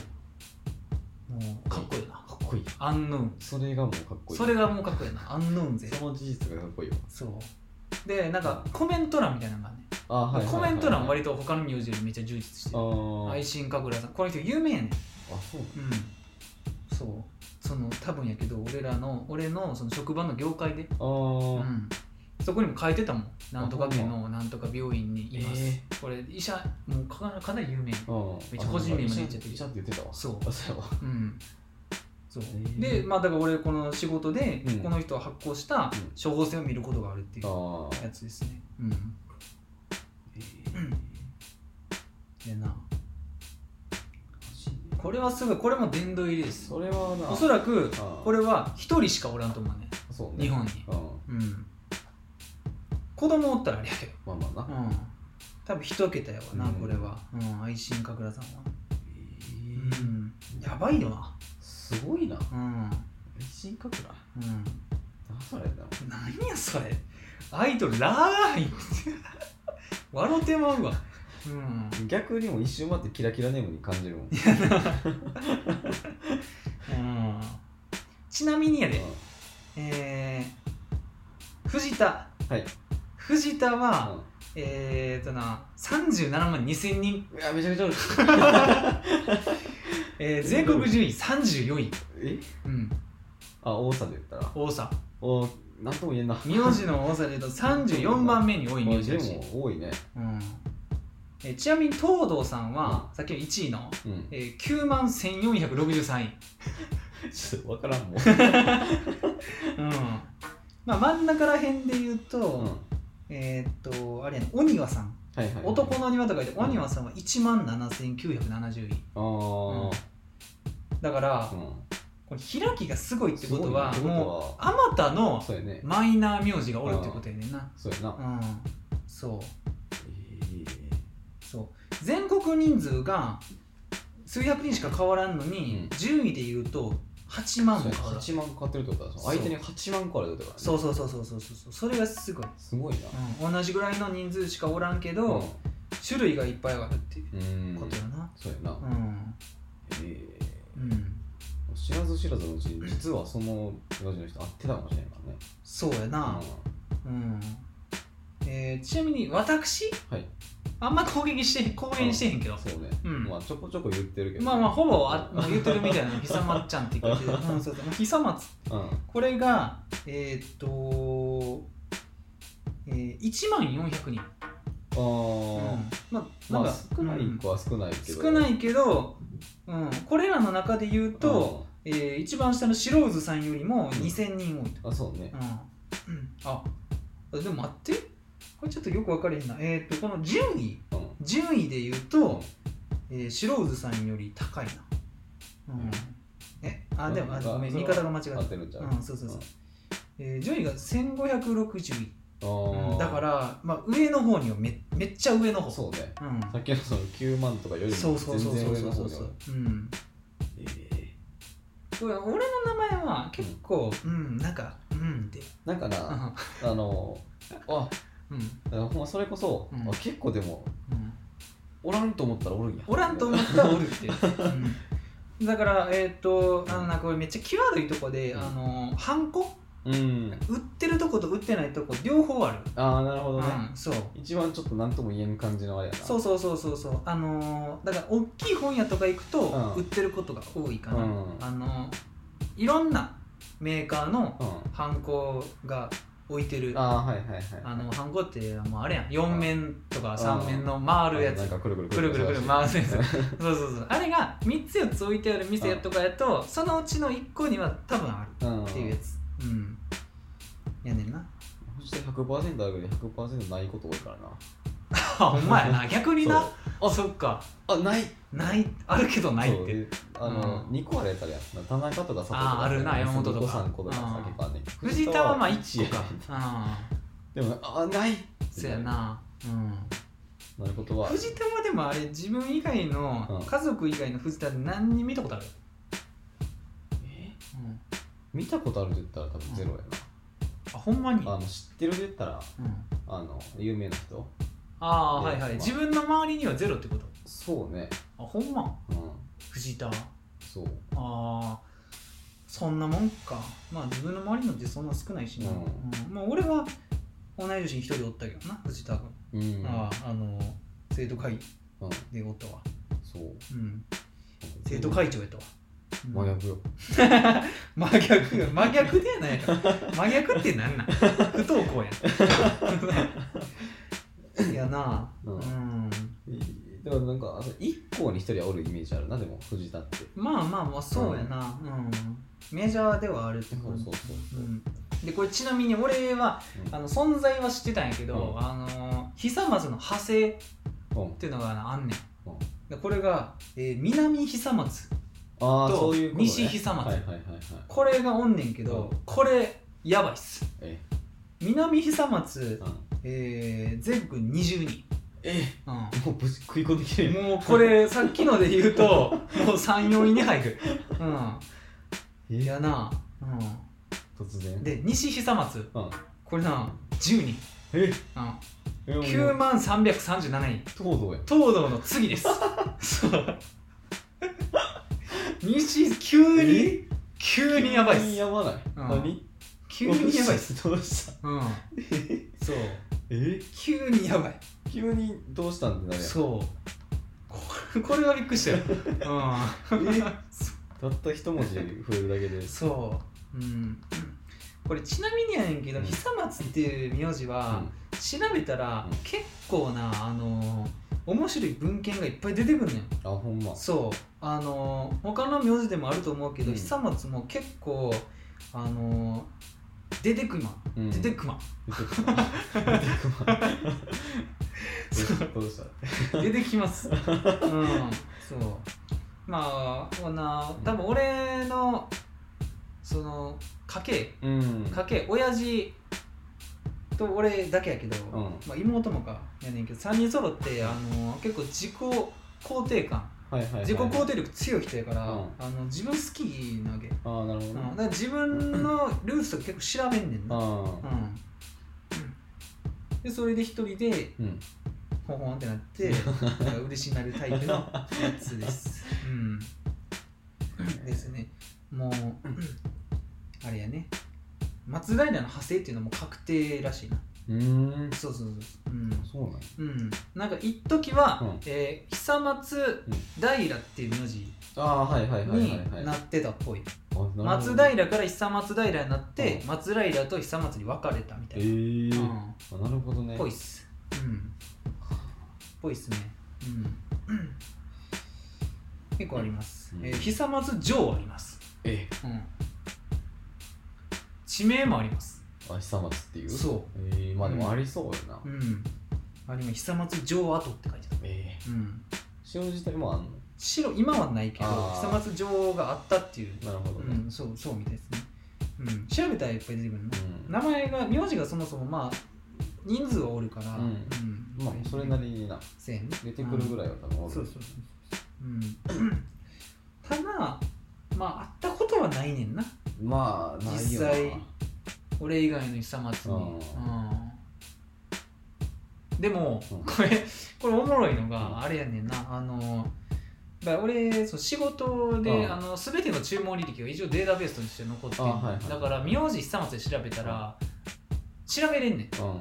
B: もうかっこいいな。
C: かっこいい
B: アンノーン。
C: それがもうかっこいい
B: それがもうかっこいいな。アンノーンぜ。
C: その事実がかっこいいわ
B: そう。でなんかコメント欄みたいなのがあんねん
C: あはいはいはいはい
B: コメント欄割と他の名字よりめっちゃ充実して
C: あ
B: る
C: ー
B: 愛心神楽さんこの人有名やねん
C: あそう
B: うんそうその多分やけど俺らの俺のその職場の業界で、う
C: あ
B: ん、そこにも書いてたもんなんとか家
C: あほん
B: のなんとか病院にいます、
C: え
B: これ医者もうかなかなり有名
C: あうん
B: めっちゃ個人名まで言っちゃってる
C: 医者って言ってたわ
B: そう
C: あそうやわ
B: うんそう
C: えー
B: でまあだから俺この仕事で
C: うん
B: この人が発行した
C: うん
B: 処方箋を見ることがあるっていう
C: あー
B: やつですねうん
C: え
B: でな
C: ー
B: これはすごいこれも殿堂入りです
C: それはな
B: おそらく
C: あ
B: これは一人しかおらんと思うね
C: そうね
B: 日本に
C: うん
B: うん子供おったらあれやけど
C: まあまあな
B: うん多分一桁やわな、
C: うん
B: これは、うん、愛心神楽さんは、
C: え
B: う
C: ー
B: ん、やばいよな
C: すごいな
B: うん
C: 愛心格だ
B: うん
C: 何それだ
B: 何やそれアイドルラーイン笑うてまうわうん
C: 逆にも一周回ってキラキラネームに感じるもん
B: うんちなみにやで、
C: う
B: えー、藤田
C: んはい
B: 藤田は、
C: うん
B: えーとな37万2000人、
C: いやめちゃめちゃある
B: えー全国順位34位、
C: え
B: うん、
C: あ多さで言ったら
B: 多さ
C: おなんとも言えんな
B: 名字の多さで 言うと34番目に多い名字
C: で
B: だし、
C: も多いね
B: うんえーちなみに東堂さんは、
C: う
B: さっきの1位の、
C: うん
B: えー、9万1463位、
C: ちょっと分からんもん
B: うんまあ、真ん中ら辺で言うと、
C: うんは
B: えーっとあれやねお庭さん
C: いはいは い
B: 男の庭とかで
C: うん
B: お庭さんは1万7970位
C: あ
B: だから、
C: あうん
B: これ開きがすごいってことは
C: すごいねって
B: もう
C: こ
B: あまた
C: とは
B: の
C: そうやね
B: マイナー名字がおるってことやねんな
C: そうやな
B: うんそう
C: え
B: そう全国人数が数百人しか変わらんのに、
C: うん
B: 順位で言うと8
C: え
B: 万も変わらん
C: 8万買ってるってことだ
B: そう
C: 相手に8万個あるってことだね
B: そうそうそうそうそうそうそれがすごい、
C: すごいな
B: うん、同じぐらいの人数しかおらんけど、種類がいっぱいあるっていう
C: うん
B: ことよな
C: そうやな
B: うん
C: ええ
B: うん
C: 知らず知らずのうちに実はその名字の人会ってたかもしれないからね
B: そうやな
C: う
B: うん、えーちなみに私
C: んはい
B: あんま攻撃して公言してへんけど
C: そうね
B: うん
C: まあちょこちょこ言ってるけど
B: まあまあほぼあもう言ってるみたいなの久松ちゃんって言ってる うんそうそう久松
C: うん
B: これがえーっと、えー、1万400人、
C: あ
B: うん
C: ー
B: まあなん
C: ま
B: か
C: あ少ない
B: うん
C: 子は少ないけど
B: 少ないいけど、うん、これらの中で言うと、えー一番下の白渦さんよりも2000人多いと、
C: あそうね
B: うんうん、あでも待ってこれちょっとよく分かれへんなえーっとこの順位
C: うん
B: 順位で言うと、えー、白渦さんより高いな。うん、えあ、でも、あごめん、見方が間違
C: 合
B: っ。
C: ったてるんちゃ
B: うん、そうそうそう。えー、順位が1560位。
C: あ
B: うん
C: あ
B: だから、まあ、上の方にはめめっちゃ上の方。
C: そうね
B: うん
C: さっきのその9万とかより
B: そ
C: も
B: うそう
C: 全
B: そうそ
C: 然
B: う
C: 上
B: そ
C: の
B: う
C: 方
B: そう
C: には
B: うん。
C: え
B: これ俺の名前は結構、うん、なんか、うんって。
C: ーなんか
B: う
C: なんあのあ
B: うん。
C: ほんまそれこそ
B: うん
C: あ結構でも
B: うん
C: おらんと思ったらおるんや
B: おらんと思ったらおるっていう、うんだからえーっとあのなんかこれめっちゃ際どいとこで、あのハンコ
C: うん
B: 売ってるとこと売ってないとこ両方ある、
C: ああなるほどね
B: うん、そう
C: 一番ちょっと何とも言えん感じのあれやな
B: そうそうそうそうそうあのーだから大きい本屋とか行くと
C: うん
B: 売ってることが多いかな、
C: うん
B: あのーいろんなメーカーの
C: うん
B: ハンコが置いてるあ
C: ああはいはいはい
B: のハンコってもうあれやん4面とか3面の回るや
C: な
B: つ
C: んかくるくる
B: くるくるくる回すやつ
C: そう
B: そうそうそうあれが3つ4つ置いてある店とかやとそのうちの1個には多分あ
C: うん
B: るっていうやつうんやねんな
C: そして100%あるけど100%ないこと多いからな
B: あほんまやな 逆にな
C: そう
B: あそっか
C: あない
B: ないあるけどない
C: そ
B: っ
C: う
B: て
C: であの、
B: う
C: 二2個あれやったらやんな田中とか佐藤と
B: あー
C: か
B: あるな山本とか
C: 3個とか
B: うん
C: さ結構あんねん
B: 藤田はまあ1個
C: や
B: か
C: ねん
B: う
C: でもあない
B: んそやなうん
C: なることは
B: 藤田はでもあれ自分以外の
C: うん
B: 家族以外の藤田何に見たことある
C: え
B: うん
C: 見たことあるって言ったら多分ゼロや
B: あほんまに
C: な、あの知ってるって言ったら
B: うん
C: あの有名な人
B: ああーはい
C: ま
B: は
C: あ
B: い自分の周りにはゼロってこと
C: そうね
B: あほんま
C: うん
B: 藤田
C: そう
B: ああそんなもんかまあ自分の周りのってそんな少ないしな、
C: う
B: うんんまあ、俺は同い年に一人おったけどな藤田君、
C: うん
B: あああの生徒会
C: うん
B: でおったわ、
C: そう
B: うん、生徒会長やったわ、うん
C: 真逆よ
B: 真逆や真逆でや ないやろ真逆ってなんなん不登校や んいやなあ
C: うん
B: うん
C: でもなんかあの一校に一人はおるイメージあるなでも藤田って
B: まあまあまあそうやな、うんメジャーではあるって
C: そう
B: 感じ
C: そうそう
B: う
C: そうん
B: でこれちなみに俺は
C: うん
B: あの存在は知ってたんやけど、
C: うん
B: あの久松の派生っ
C: うん
B: ていうのがあんねん、
C: うん
B: でこれが、えー南久松
C: ああ
B: と
C: そういうことね
B: 西久松
C: はいはいはいはい
B: これがおんねんけど、
C: う
B: これやばいっす
C: え
B: 南久松
C: え、うん
B: えー、全国20人、
C: え
B: う
C: えもうぶち食い込んできて
B: ん、
C: る
B: もうこれさっきので言うと もう34位に入る、うん、い
C: え
B: やな、
C: 突
B: う
C: 然
B: ん、で西久松
C: うん
B: これな10人、
C: え
B: うん、
C: えもう
B: 9万337人
C: 東堂や
B: 東堂の次ですそう西急に
C: え
B: 急にやばいっ
C: 急に
B: す
C: やばない
B: うん
C: 何
B: 急にやばいっ す
C: すどうした
B: うんそう
C: え
B: 急にやばい
C: 急にどうしたんだね
B: そうこれこれはびっくりしたよ、うん、
C: たった一文字増えるだけで
B: そう、うん、これちなみにやねんけど、
C: うん
B: 久松っていう名字は、調べたら、
C: うん
B: 結構なあのー面白い文献がいっぱい出てくるのよ
C: あほんま
B: そうあのー他の名字でもあると思うけど、
C: うん
B: 久松も結構あのー出てくま、
C: うん
B: 出てくま、
C: 出てくま出てくま
B: そう
C: どうした
B: 出てきます。うん、そう。まあ、こんな、多分俺の、その、家系、
C: うん
B: 家系、親父と俺だけやけど、
C: うん
B: まあ、妹もか、やねんけど、3人揃って、あの、結構自己肯定感、
C: はいはいはい
B: 自己肯定力強い人やから、
C: うん
B: あの自分好きなわけ。
C: ああな
B: う
C: るほど
B: ん、
C: ね
B: だから自分のルーツとか結構調べんねんな。
C: あ
B: う
C: あ
B: ん。で、それで一人で、
C: うん
B: ほんほんってなってなんか嬉しになるタイプのやつ です。うん、ですね。もう、あれやね。松平の派生っていうのも確定らしいな。
C: うーん
B: そうそうそう。うん
C: そうなんや
B: うん、なんか一時は、
C: うん
B: えー久松平っていう名字
C: ああーはいはいはいはいは
B: に
C: い
B: なってたっぽい、
C: あなるほど
B: 松平から久松平になって、
C: う
B: 松平と久松に分かれたみた
C: え
B: いな、
C: ー
B: うん
C: あなるほどね
B: ぽいっす。うん。ぽいっすね。うん。 うん結構あります。
C: うん
B: えー久松城あります。
C: え
B: うん。地名もあります。
C: あ久松っていう
B: そ
C: えーまあでもありそうやな
B: うん。あれ今、久松城跡って書いてある。
C: え
B: うん。
C: ー塩自体もあんの
B: 白、今はないけど、
C: あー
B: 久松城があったっていう。
C: なるほど
B: う
C: ね
B: ん、そう、そうみたいですね。うん。調べたらいっぱい出てくるの。
C: うん
B: 名前が、名字がそもそもまあ、人数はおるから、
C: うん
B: うん
C: まあそれなりにな
B: せやね
C: 出てくるぐらいは多分おる
B: そうそうそうそう、うん、ただまあ会ったことはないねんな
C: まあないよな
B: 実際俺以外の久松に、
C: う
B: うんんでも、
C: うん
B: これこれおもろいのが、
C: うん
B: あれやねんなあのだから俺そう仕事で、
C: うん
B: あの全ての注文履歴が一応データベースとして残ってん
C: あ
B: の
C: はいはい
B: だから名字久松で調べたら、調べれんねん
C: うん
B: うん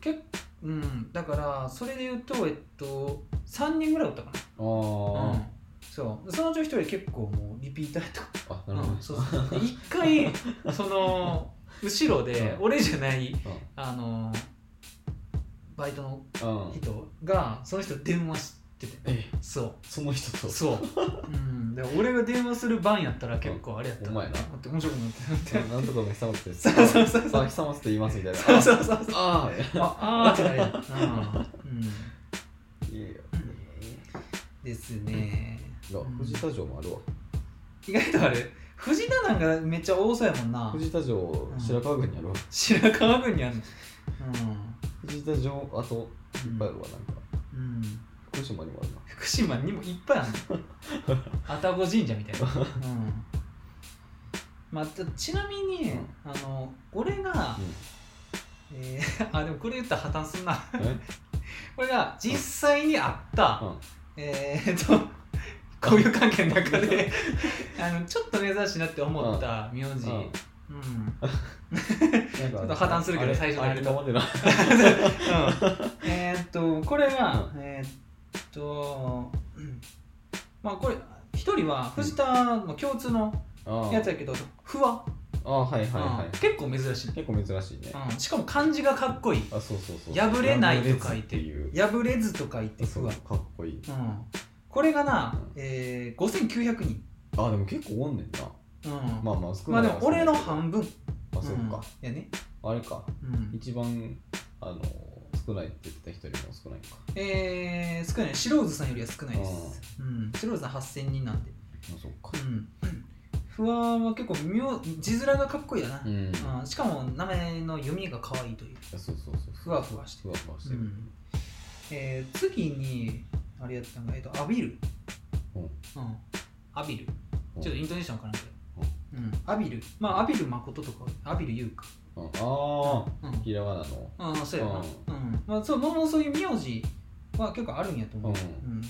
B: けっうんだからそれで言うとえっと3人ぐらいおったかな
C: あ
B: うんそうそのうちの一人結構もうリピーターやったか
C: あ、あな
B: ら
C: るほど
B: うん。そうそうで一回その後ろで
C: うん
B: 俺じゃないあのバイトの
C: うん。うん。
B: 人がその人と電話してて
C: え、
B: そ
C: その人と。
B: うそう、うん、で俺が電話する番やったら結構あれやった
C: お前な。
B: 待って面白くなってなって
C: なんとかの久松で す。
B: そうそうそう
C: さあ、久松って言いますみたい な。
B: そうそうそうそう
C: あ
B: ああーってなれやうんうん
C: あ。いいよ。
B: ですね
C: いや、藤田城もあるわ。
B: 意外とあれ藤田なんかめっちゃ多そうやもんな
C: 藤田城、白川郡にあるわ。
B: 白川郡にあるの
C: 藤田城、あと、いっぱいあるわ、なんか。
B: うん、うん、
C: 福島にもあるな。
B: 福島にもいっぱいあ るの愛宕神社みたいな、うんまあ、ちちなみに、
C: うん
B: あの俺が、
C: う
B: えー あでもこれ言ったら破綻すんな
C: ん。え
B: これが実際にあった、
C: うん
B: えーっと 交友関係の中であのちょっと珍しいなって思った名字
C: うん
B: うん
C: ちょ
B: ちょっと破綻するけど最初の
C: あれ今までの
B: うんえーっとこれは、えーっと、うんまあこれ一人は藤田の共通の
C: あ
B: やつやけど不和、
C: ああはいはい
B: うん
C: はい
B: 結構珍しい、
C: 結構珍しいね
B: うん、しかも漢字がかっこいい
C: あそうそうそう
B: 破れないと書い
C: ていう
B: 破れずと書いて不
C: そう
B: 和、
C: かっこいい
B: うん、これがな
C: うん、
B: えー、5900人、
C: あでも結構おんねんな
B: うんま
C: まあまあ
B: あ、
C: 少ない
B: で
C: は
B: も
C: 少ない
B: 俺の半分
C: あそっか
B: うん、やね、
C: あれか
B: うん、
C: 一番あの少ないって言ってた人よりも少ないか
B: えー、少ない白渦さんよりは少ないです、うん、白渦さん8000人なんで
C: あそっか
B: うん不安は結構妙字面がかっこいいだな
C: う、んあ
B: うんしかも名前の読みが可愛いという、
C: そうそうそう
B: ふわふわして
C: ふわふわし
B: う
C: てる
B: んえー、次にあれやったのが、えっと、アビル、
C: うん
B: うんアビルちょっとイントネーションわからんけどうん、アビルまあアビル誠とかアビル優か
C: うんあ
B: うん
C: あひらがなの
B: うん、そうやな、
C: う
B: うんんまあ、そうもうそういう名字は結構あるんやと思う、
C: う
B: うん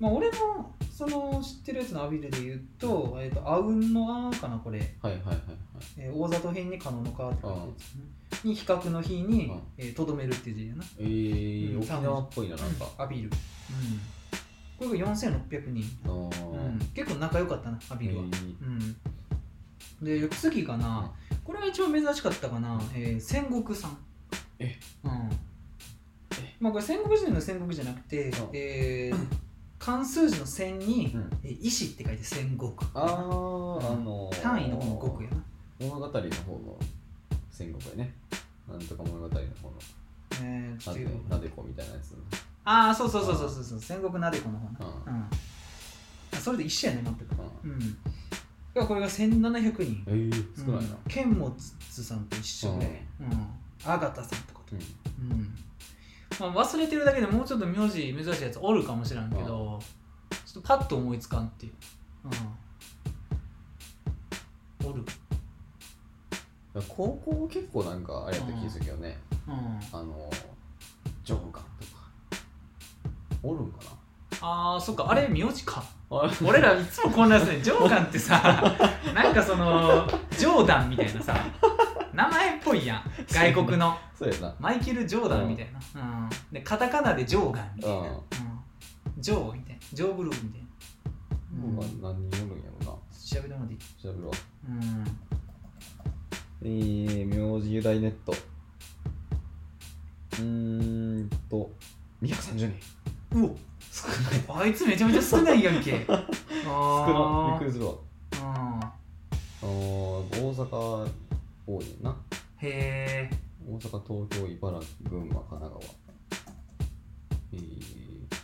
B: まあ、俺のその知ってるやつのアビルで言うと「えっとあうんのあ」かなこれ、
C: はいはいはいはい
B: えー大里編に「可能のか」って書いてあるやつねに比較の日に
C: うん
B: えーとど、めるっていう字やな
C: えー
B: うん
C: 沖縄っぽいななんか
B: アビル、うん、これが4600人、
C: ああ
B: うん、結構仲良かったなアビルは、うん、で次かな、これが一番珍しかったかな、えー戦国さん
C: え
B: うんまあこれ戦国時代の戦国じゃなくて、
C: ん
B: えー漢数字の戦に
C: うん
B: 「えー医師」って書いて戦国
C: あーあのー
B: 単位の方の国やな
C: 物語の方の戦国やねなんとか物語の方の
B: えー、ちょ
C: な
B: っと
C: で
B: 言う
C: なでこみたいなやつ
B: ああそうそうそうそうそうそう戦国なでこの方な
C: う
B: うんあそれで一緒やね全く
C: う
B: うんいやこれが1700人
C: んえー少ないな
B: うん、剣持さんと一緒で、うん、あがたさんとかと
C: うん
B: うんまあ、忘れてるだけでもうちょっと名字珍しいやつおるかもしれんけど、ちょっとパッと思いつかんっていう、うん、おる、
C: 高校結構なんかあれやった気がするけどね、
B: うん、
C: あのジョンガンとかおるんか
B: あーそっかあれ名字か
C: なあれ
B: 俺らいつもこんなやつねジョーガンってさなんかそのジョーダンみたいなさ名前っぽいやん外国の
C: そうやな
B: マイケル・ジョーダンみたいな、うん、でカタカナでジョーガンみたいな、
C: うん
B: うんジョーみたいなジョーブルーみたいな、うん、
C: まあ何人おるんやろな
B: 調べてもらっていい
C: 調べろ
B: うん
C: えー、名字由来ネットうーんと230人
B: うお少 ないあいつめちゃめちゃ少ないやんけあ
C: 少なびっ
B: あ
C: くりするわあー大阪多いねんな
B: へえ
C: 大阪東京茨城群馬神奈川えー、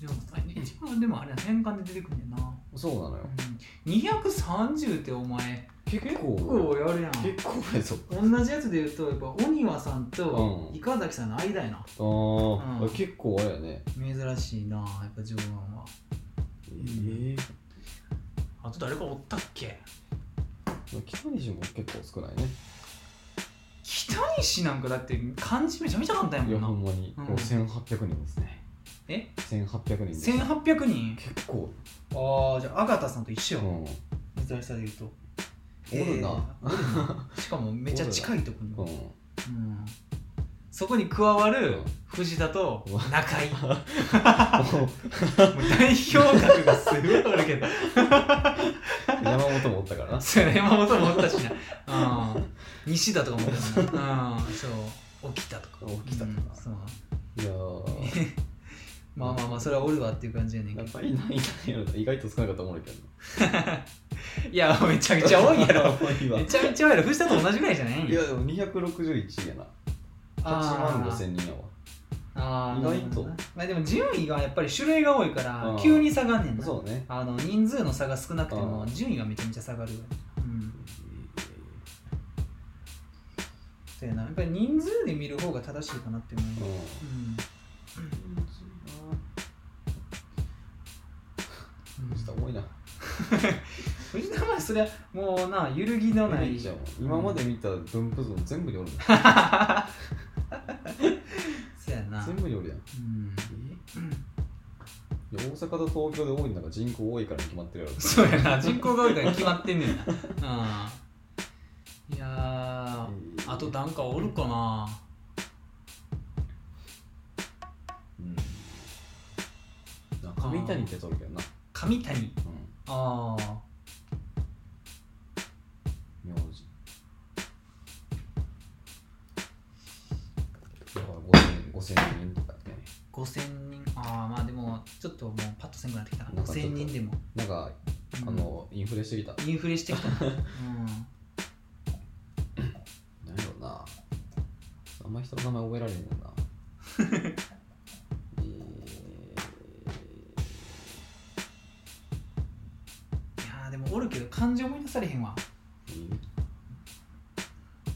B: でもあ一番でもあれだ変換で出てくるんだよな、
C: そうなのよ
B: うん、230ってお前
C: 結構
B: 結構やるやん
C: 結構やぞ
B: 同じやつで言うとやっぱ鬼和さんと
C: うん
B: 伊川崎さんの間やな
C: あー、
B: うん
C: 結構あれやね
B: 珍しいなやっぱ上腕は
C: えー、
B: あと誰かおったっけ
C: 北西も結構少ないね
B: 北西なんかだって漢字めちゃめちゃ簡単
C: い
B: や
C: や
B: も
C: ほ
B: んなん
C: まに、
B: うん
C: もう1800人ですね
B: え
C: 1800人ですね
B: 1800人
C: 結構
B: ああじゃああがたさんと一緒
C: う
B: や
C: ん
B: 珍しさで言うと
C: お るな
B: えーおるなしかもめっちゃ近いとこに
C: うん
B: うんそこに加わる
C: うん
B: 藤田と
C: うわ
B: 中井もう
C: もう
B: 代表格がすごいあるけど
C: 山本もおったからな
B: そうやな山本もおったしな、うん、西田とかもお ったしな、うん、そう沖田とか
C: 沖田とか
B: うんそう
C: いやー
B: まあまあまあそれはおるわっていう感じやねんけ
C: やっ
B: ど
C: ぱりないないやろな意外と少なかったもんやけど
B: いやめちゃめちゃ多いや ろ
C: 多い わ
B: めちゃめちゃ多いやろ藤田と同じぐらいじゃない
C: いやでも261やな8
B: あー
C: 万5000人やわ
B: あーなるほど
C: 意外
B: なまあ、でも順位がやっぱり種類が多いか
C: う
B: ら
C: ん
B: 急に下がんねんな
C: そうね
B: あの人数の差が少なくても
C: うん
B: 順位はめちゃめちゃ下がるうんそうやなやっぱり人数で見る方が正しいかなって思
C: う
B: う、
C: ん
B: うんうん
C: ちょっと重いな
B: 藤田はそりゃもうな揺るぎのない
C: いいじゃん今まで見た分布図も全部におるの
B: そうやな
C: 全部におるやん
B: うん
C: いや大阪と東京で多いんだから人口多いからに決まってるやろ
B: そうやな人口が多いから決まってんねんなとなんかおるかな
C: うん上谷ってとるけどな、
B: 上谷
C: う
B: ああ
C: ん、名字だから5000 5000人とかね
B: 5000人ああまあでもちょっともうパッとせんくなってきたな
C: なんかちょっ
B: 5000
C: と
B: 人でも、
C: なんか
B: うん
C: あのインフレしてきた
B: インフレして きたなうん
C: なんやろうなあんま人の名前覚えられへんね んなえ
B: いやーでもおるけど漢字思い出されへんわ
C: ーいい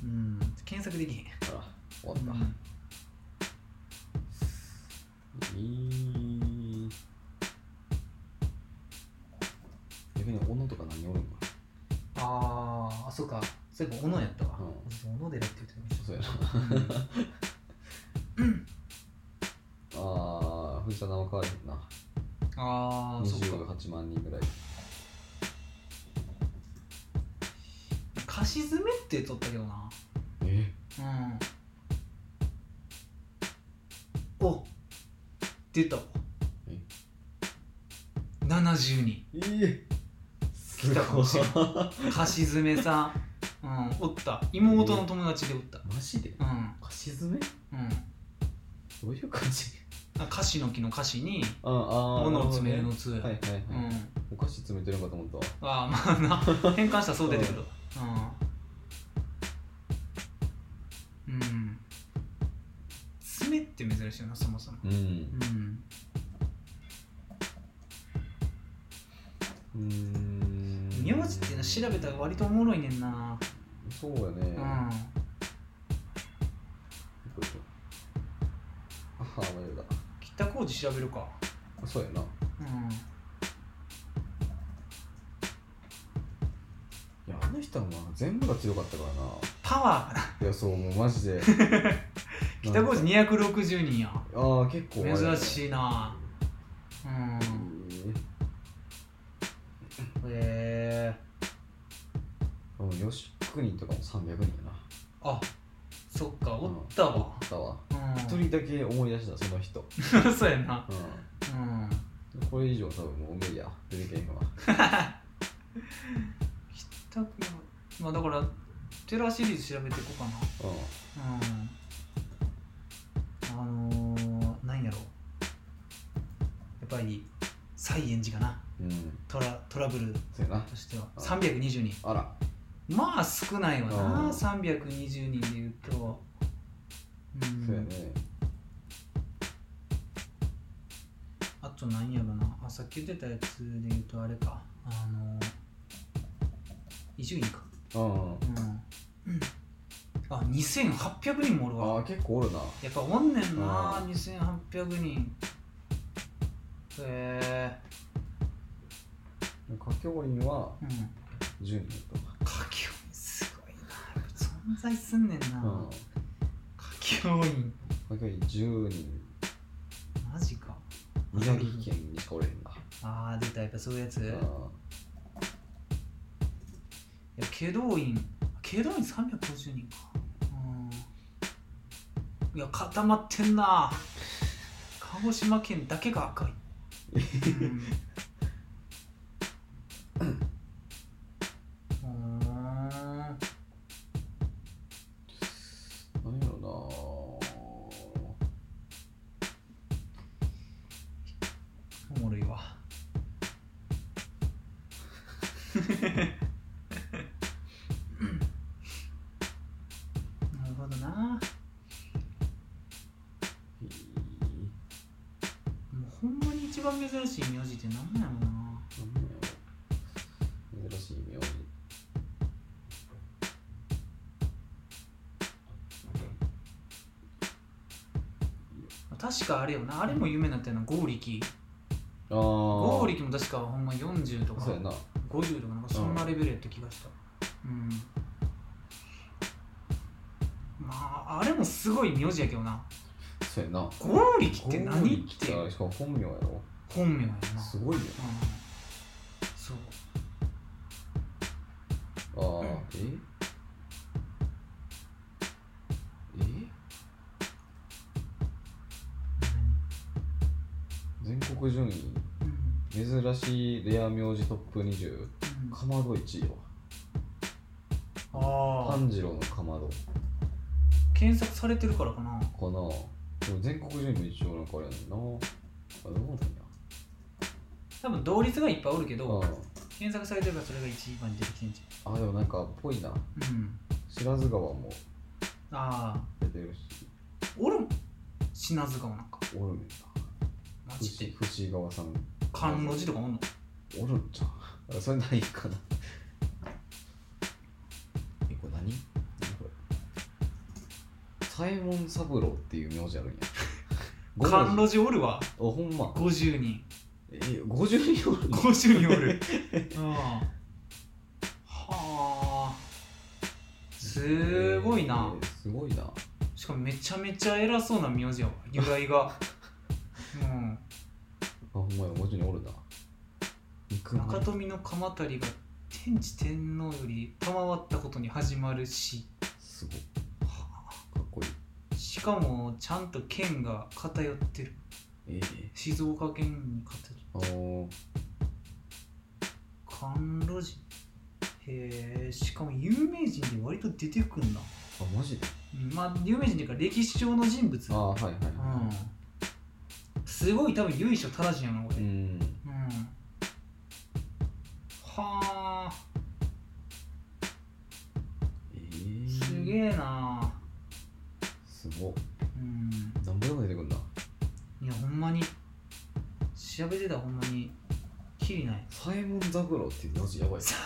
B: うん検索できへん
C: あら終わった、
B: うん
C: いい逆に小野とか何おるんか
B: あーあそうかそういえば小野やったわ、
C: うん
B: 私小野寺って言ってまし
C: そうやな
B: た、うん
C: ああ藤田直変わらへんな
B: ああそうか
C: 28万人ぐらい
B: 貸し詰めって言っとったけどな
C: え
B: うんお出た
C: え
B: 70人
C: ええ
B: 来たか もしれん
C: い
B: 貸し詰めさん、うん、おった妹の友達でおった
C: マジで
B: うん
C: 貸し詰め
B: うん
C: どういう感じ
B: あ菓子の木の菓子に
C: ああ
B: 物を詰めるのつ、
C: はいはいはい、
B: うん
C: お菓子詰めてるのかと思ったわ
B: ああまあな変換したらそう出てくるうん、うん、爪って珍しいよなそもそも
C: うん
B: うん
C: うーん
B: 名字っていうの調べたら割とおもろいねんな
C: そうやね、
B: うん
C: ああ迷うだ
B: 北浩二調べるか
C: あそうやな
B: うん
C: いやあの人はまあ全部が強かったからな
B: パワーかない
C: やそうもうマ ジで
B: 北浩二260人や
C: ああ結構
B: 珍し
C: い
B: いなうんへえ
C: うん吉国とかも300人やな
B: あそっかおった
C: うんお
B: わ
C: ったわ
B: う
C: 一
B: ん
C: 人だけ思い出したその人、
B: そうやな
C: う
B: うん
C: ん、これ以上多分もう無理や出てけへんわ
B: 全くまあだからテラシリーズ調べていこうか
C: う
B: なうんあのー、なんやろやっぱり西園寺かなん
C: うん
B: トラトラブル
C: そうやな
B: としては
C: あ
B: 320人
C: あら
B: まあ少ないわな
C: あ
B: 320人でいうとうん
C: そうやね
B: あと何やろなあさっき言ってたやつで言うとあれかあのー伊集院か
C: うん
B: うん、あ2800人もおる
C: あ
B: わ
C: あ結構おるな
B: やっぱおんねんな
C: うん
B: 2800人へえ
C: 歌教員は
B: うん
C: 10人とか
B: 歌教員すごいなやっぱ存在すんねんな歌教員
C: 歌教員10人
B: マジか
C: 宮城県にしかおれへんな
B: ああ出たやっぱそういうやついや
C: うん
B: 祁答院祁答院350人かうんいや固まってんな鹿児島県だけが赤 い、うん うーん
C: 何やろ
B: おもろいわ なるほどな
C: なぁ
B: もうほんまに一番珍しい名字って何なんやろな
C: 何やろ珍しい名字
B: 確かあれよなあれも有名になったよな剛力
C: ああ
B: 剛力も確かほんま40とか
C: そうやな
B: 50とかなんかそんなレベルやった気がしたうんまああれもすごい名字やけどな
C: そうやな
B: 剛力って何っ
C: 剛力
B: て
C: しかも本名やろ
B: 本名やな
C: すごい
B: う
C: よ
B: んそう
C: ああえプ順
B: う
C: 位
B: ん
C: 珍しいレア名字トップ20
B: うん
C: かまど1位は
B: ああ
C: 炭治郎のかまど
B: 検索されてるからかな
C: かなでも全国順位も一応なんかあれやねんなあどうな
B: 多分同率がいっぱいおるけ
C: ん
B: ど
C: や
B: 検索されてるからそれが一番に出てきてんじ
C: ああでもなんかぽいな
B: ゃんうん
C: 白津川も
B: ああ
C: 出てるし
B: おるん品津川なんか
C: おるねんな
B: マジ
C: 藤
B: で
C: 藤井川さん
B: 漢の字とかおんの
C: おるんちゃうあそれないかなえこれ何何これ左衛門三郎っていう名字あるんやご
B: 漢
C: 文字
B: 路字おるわ
C: あほんま
B: 50人
C: え50人おるの
B: 50人おるうんはあすごいな
C: えーすごいな
B: しかもめちゃめちゃ偉そうな名字やわ由来 がうん
C: あ、ほんまや、50人おるな。肉まん
B: 中富の鎌足りが天智天皇より賜ったことに始まるし
C: すごい。かっこいい。
B: しかもちゃんと県が偏ってる
C: ええ
B: 静岡県に偏ってる
C: あの
B: 甘露寺へえしかも有名人で割と出てくんな
C: あ、マジで
B: うんまあ有名人っていうか歴史上の人物
C: あ、はいはいは
B: うんすごい多分由緒正しいんやなこれ
C: い。うん。
B: うんはあ
C: えー
B: すげえな
C: すごっ。
B: うん
C: 何ぼでも出てくんな。
B: いやほんまに調べてたらほんまにきりない
C: サイモン・ザグロっていう文字やばい。サ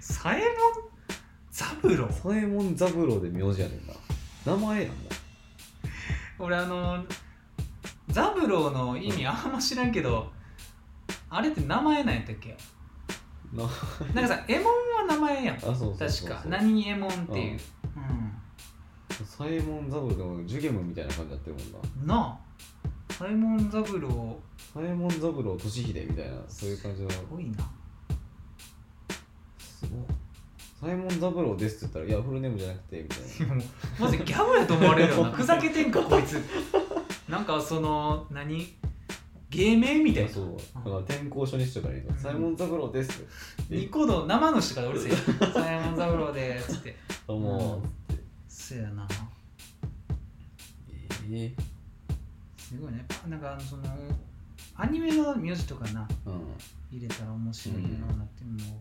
B: 左衛門ザブロ
C: イモン・ザグロで名字やねんな。名前やんも
B: 俺あのザブロの意味あんま知らんけど、あれって名前なんやったっけ
C: う。な
B: なんかさエモンは名前やん確
C: あ、そうそう
B: か
C: そうそう。
B: 何にエモンっていう、
C: サイモン・ザグロでもジュゲムみたいな感じやってるもんな。
B: うん、なあ左衛門ザブロ
C: サイモン・ザグロ・俊秀みたいな、そういう感じの。
B: すごいな
C: すごっ。サイモン・ザグロですって言ったら、いや、フルネームじゃなくて、みたいな。
B: マジギャグやと思われるよなふざけてんかこいつなんかその何芸名みたいな
C: そうだから転校初日とかに
B: うん
C: 「サイモン・ザグロです」って
B: ニコ動生の人から俺せ 「サイモン三郎で」っつって
C: 「どうも」って
B: そうやな
C: え
B: すごいねなんかあのそのアニメの名字とかな
C: うん
B: 入れたら面白いよなってもう、うん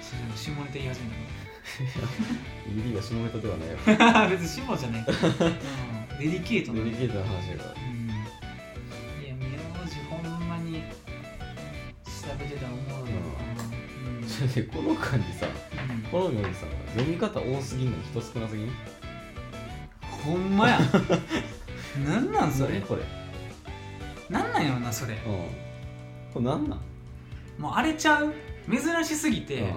B: それでも下ネタ言い始め
C: 指が下ネタではないよ
B: たから 別に下じゃないから、うん、デリケートな
C: デリケートな話だから
B: うんいや、名字ほんまに調べてたらおもろいよな。うん。うん
C: それでこの感じさこの名字さ読み方多すぎんのに人少なすぎん
B: ほ んまや。なんなんそれ
C: 何。これ
B: なんなんやろな、それ。
C: うんこれなんなん
B: もうあれちゃう珍しすぎて、
C: うん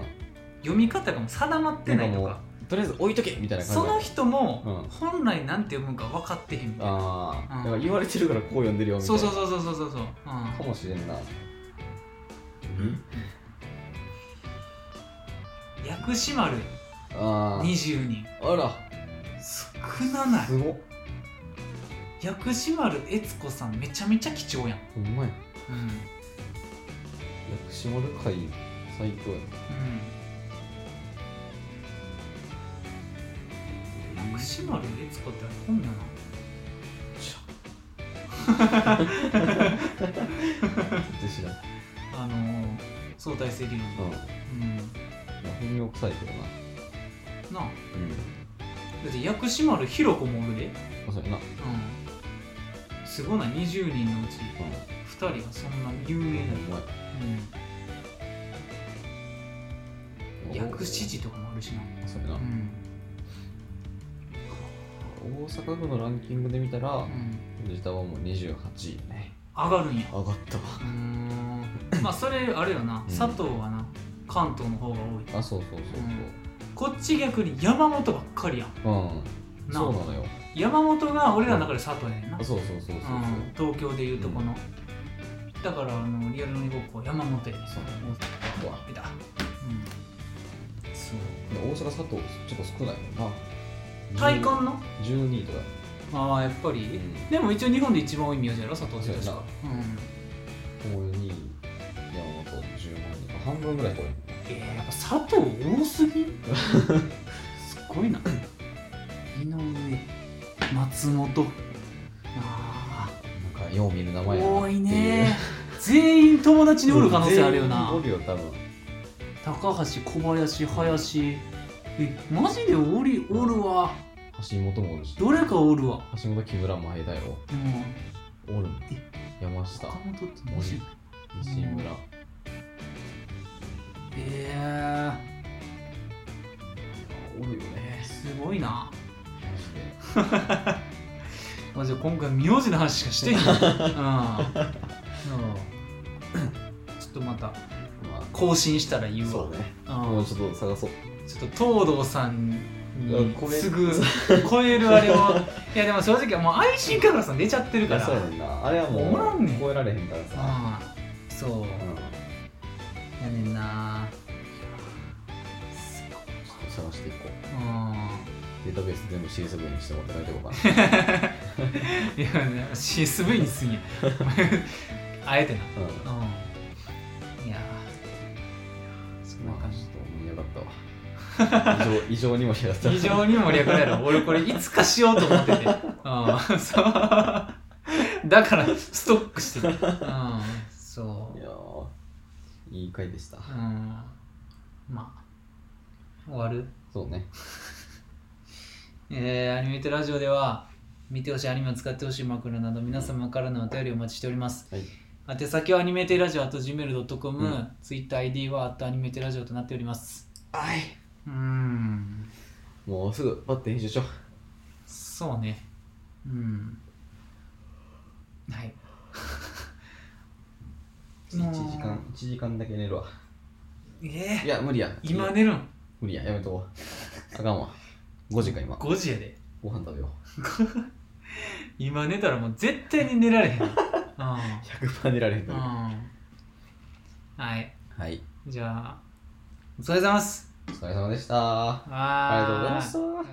B: 読み方がもう定まってないと
C: なん
B: か
C: か。とりあえず置いとけみたいな感じ
B: その
C: 人
B: 人も
C: うん
B: 本来なんて読むか分かってへんみたいな。
C: ああ
B: うん
C: だから言われてるからこう読んでるよみたい
B: そう
C: な
B: そうそうそうそうそうそう。うん
C: かもしれんな
B: 薬師丸
C: あー
B: 20人。
C: あら
B: 少なない。
C: すごっ
B: 薬師丸悦子さんめちゃめちゃ貴重やん。
C: ほんまや
B: うん。
C: 薬師丸会最強や
B: 薬師丸悦子って本名なの
C: 絶対知らん
B: あのー、相対性理論の、う
C: うん
B: ん、
C: 本名臭いけどな。
B: なあ
C: うん。
B: だって薬師丸ひろ子もおるで、うん、
C: まさにな。
B: すごない20人のうち
C: う
B: 2人がそんな有名なの、うん、薬師寺とかもあるしな、
C: そうやな
B: う。ん
C: 大阪府のランキングで見たら
B: う、ん、
C: 藤田はもう28位ね。
B: 上がるんや
C: 上がった
B: うーんまあそれあれよな、
C: ん
B: 佐藤はな関東の方が多い
C: あ、そうそうそう
B: こっち逆に山本ばっかりやん
C: そう。うん。
B: な
C: そうなのよ。
B: 山本が俺らの中で佐藤やねんな、
C: あ、そうそうそうそうそう。
B: うん、東京でいうとこの、だからあのリアル鬼ごっこは山本やね
C: そううわ
B: 見た、うん、そう
C: で大阪佐藤ちょっと少ないもんな。
B: 体感の
C: 12位とか。
B: ああやっぱり、
C: うん
B: でも一応日本で一番多い名字やろ佐藤氏確
C: そうや
B: かうん
C: こに山本10万人半分ぐらいこれ
B: えー、やっぱ佐藤多 すぎんすっごいな井上松本あ
C: なんかよう見る名
B: あ
C: 前やな
B: 多いね全員友達におる可能性あるよな
C: 全員おるよ多分
B: 高橋小林林えマジでおりおるわ
C: 橋本もおるし
B: どれかおるわ
C: 橋本木村も入ったよ
B: うん
C: おるもん山下
B: 岡本ってマジ
C: 森西村
B: えー、
C: おるよね
B: すごいな
C: マジで
B: まあ、じゃあ今回名字の話しかしてんのうんち ょっとまた
C: ま
B: 更新したら言
C: あ
B: うわ
C: そうね
B: うん
C: もうちょっと探そう
B: ちょっと東堂さんに
C: うん
B: す ぐ超えるあれをいやでも正直もう愛心カラさん出ちゃってる
C: い
B: か
C: や
B: ら
C: そうやんなあれはも
B: おらん
C: う
B: ねん
C: 超えられへんからさ
B: うんそう
C: うんちょ
B: やねんな
C: っと探していこ
B: う
C: う
B: ん
C: データベース全部 CSV にしてもらって大丈 夫か
B: いやね CSV に すんやあえてな
C: なうん
B: うんいやそんな
C: まあ
B: 感
C: ち
B: じ
C: ょっと盛り上がったわ異常異 常に盛り上がった
B: 非常に盛り上がるや ろ俺これいつかし ようと思ってて、うん、そうだからストックしてる、うん、そ
C: いやーいい回でした
B: う、うん、まあ終わる
C: そうね
B: えーアニメイトラジオでは見てほしいアニメを使ってほしい枕など皆様からのお便りをお待ちしております
C: はい
B: 宛先はアニメイトラジオ .gmail.com、
C: う
B: TwitterID はアニメイトラジオとなっておりますうん
C: もうすぐパッて編集しよ
B: そうね。うん。はい。
C: う
B: もう
C: 1時間 一時間だけ寝るわ
B: え
C: いや無理や
B: 今寝るん
C: 無理ややめとこうあかんわ5時か今
B: ?5 時やで。
C: ご飯食べよ
B: 今寝たらもう絶対に寝られ へん。うん。うん。
C: う100%寝られへんから
B: はい。
C: はい
B: じゃあ、お疲れ様です。
C: お疲れ様でしたあ
B: あ。
C: りがとうございましたた